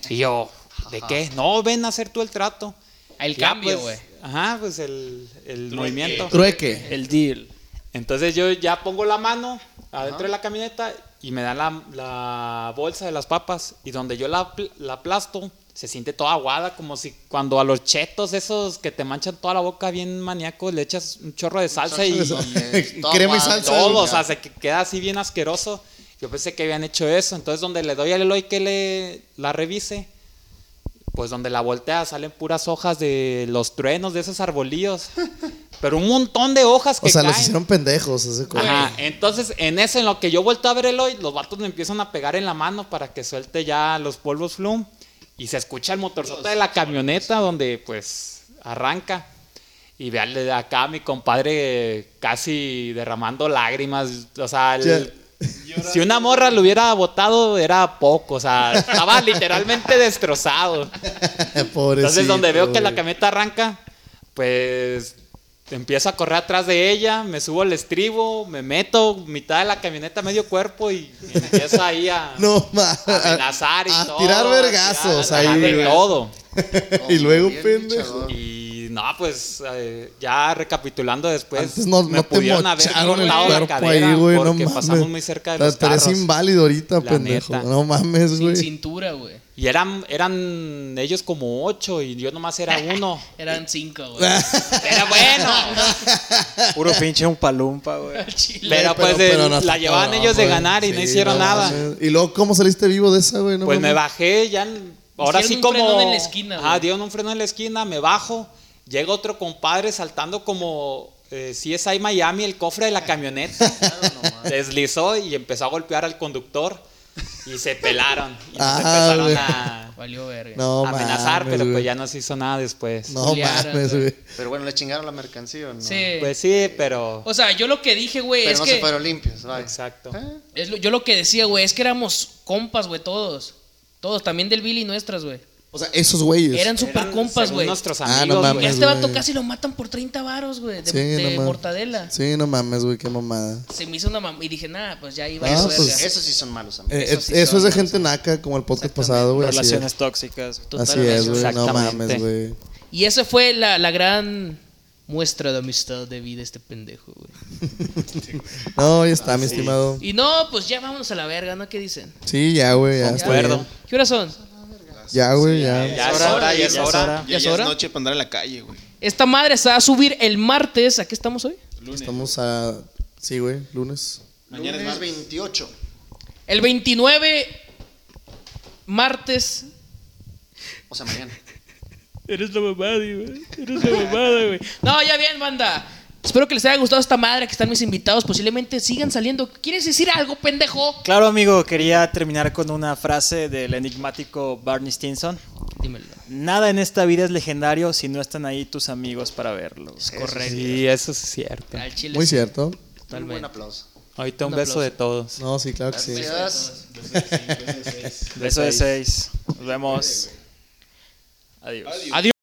Y yo, ¿de qué? No, ven a hacer tú el trato. El Ya, cambio, güey. pues, Ajá, pues el, el movimiento. Trueque. El deal. Entonces yo ya pongo la mano adentro de la camioneta y me dan la, la bolsa de las papas y donde yo la, apl- la aplasto se siente toda aguada como si cuando a los chetos esos que te manchan toda la boca bien maníacos le echas un chorro de salsa y, eh, Crema y y salsa. todo, o sea, se que- queda así bien asqueroso. Yo pensé que habían hecho eso, entonces donde le doy al Eloy que le la revise, pues donde la voltea salen puras hojas de los truenos de esos arbolillos. Pero un montón de hojas que O sea, los caen. hicieron pendejos ese co- Ajá, entonces en eso, en lo que yo vuelto a ver el hoy, los vatos me empiezan a pegar en la mano para que suelte ya los polvos flum. Y se escucha el motorzota de la camioneta donde pues arranca. Y veanle acá a mi compadre casi derramando lágrimas. O sea, el- si una morra lo hubiera botado era poco. O sea, estaba literalmente destrozado. Pobrecito. Entonces, donde veo que la güey. camioneta arranca, pues empiezo a correr atrás de ella, me subo al estribo, me meto mitad de la camioneta medio cuerpo y empiezo ahí a No, ma. Ah, amenazar y a todo. tirar a vergazos tirar ahí, de güey. todo. y luego, Bien pendejo. luchador. Y no, pues eh, ya recapitulando después, Antes no, me no te pudieron haber mocharon el cortado la cuerpo cadera ahí, güey. No porque mames. pasamos muy cerca de Te- los te eres carros. inválido ahorita, La pendejo. neta. No mames, Sin güey. cintura, güey. Y eran, eran ellos como ocho y yo nomás era uno. Eran cinco, güey. Era bueno. Puro pinche un palumpa, güey. Pero pues de- la llevaban ellos de ganar y no hicieron nada. ¿Y luego cómo saliste vivo de esa, güey? No Pues me mames. bajé, ya. n- Ahora sí Hicieron como. un frenón en la esquina, güey. Ah, dieron un freno en la esquina, me bajo. Llega otro compadre saltando como. Eh, CSI Miami, el cofre de la camioneta. Deslizó y empezó a golpear al conductor. Y se pelaron. Y nos Ah, empezaron güey. a. Valió verga. No amenazar, mames, pero pues güey. ya no se hizo nada después. No mames, güey. Pero bueno, le chingaron la mercancía, ¿o ¿no? Sí. Pues sí, pero. O sea, yo lo que dije, güey, Pero es no que. Ah, se fueron limpios, vaya. Exacto. es lo- yo lo que decía, güey, es que éramos compas, güey, todos. Todos, también del Billy y nuestras, güey. O sea, esos güeyes. Eran super compas, según güey. nuestros Ah, no amigos, mames. güey. Y a este vato güey. casi lo matan por 30 varos, güey, de, Sí, de no mames. mortadela. Sí, no mames, güey, qué mamada. Se me hizo una mamá. Y dije, nada, pues ya iba Ah, a pues, verga. Esos sí son malos Eh, amigos. eh, Eso eso sí es son, de ¿no? gente naca, como el podcast pasado, güey. Así Relaciones es, tóxicas. Así es, güey, no Exactamente. mames, güey. Y esa fue la, la gran muestra de amistad de vida de este pendejo, güey. No, ya está, mi estimado. Y no, pues ya vámonos a la verga, ¿no? ¿Qué dicen? Sí, ya, güey, ya. Ya. está Concuerdo. bien. ¿Qué horas son? Ya, güey, ya. Ya es hora, ya es hora. ¿Ya Ya, es ya es hora? noche para andar en la calle, güey. Esta madre se va a subir el martes. ¿A qué estamos hoy? Estamos a... Sí, güey, lunes. Mañana es Lunes martes. 28. El 29, martes. O sea, mañana. Eres la mamada, güey. Eres la mamada, güey. No, ya bien, banda. Espero que les haya gustado esta madre, que están mis invitados. Posiblemente sigan saliendo. ¿Quieres decir algo, pendejo? Claro, amigo, quería terminar con una frase del enigmático Barney Stinson. Dímelo. Nada en esta vida es legendario si no están ahí tus amigos para verlo. Correcto. Sí, eso es cierto. Al chile. Muy sí, cierto. Un buen Totalmente. aplauso. Ahorita un Un beso aplauso. de todos. No, sí, claro que sí. Gracias. Beso de seis. Nos vemos. Adiós. Adiós.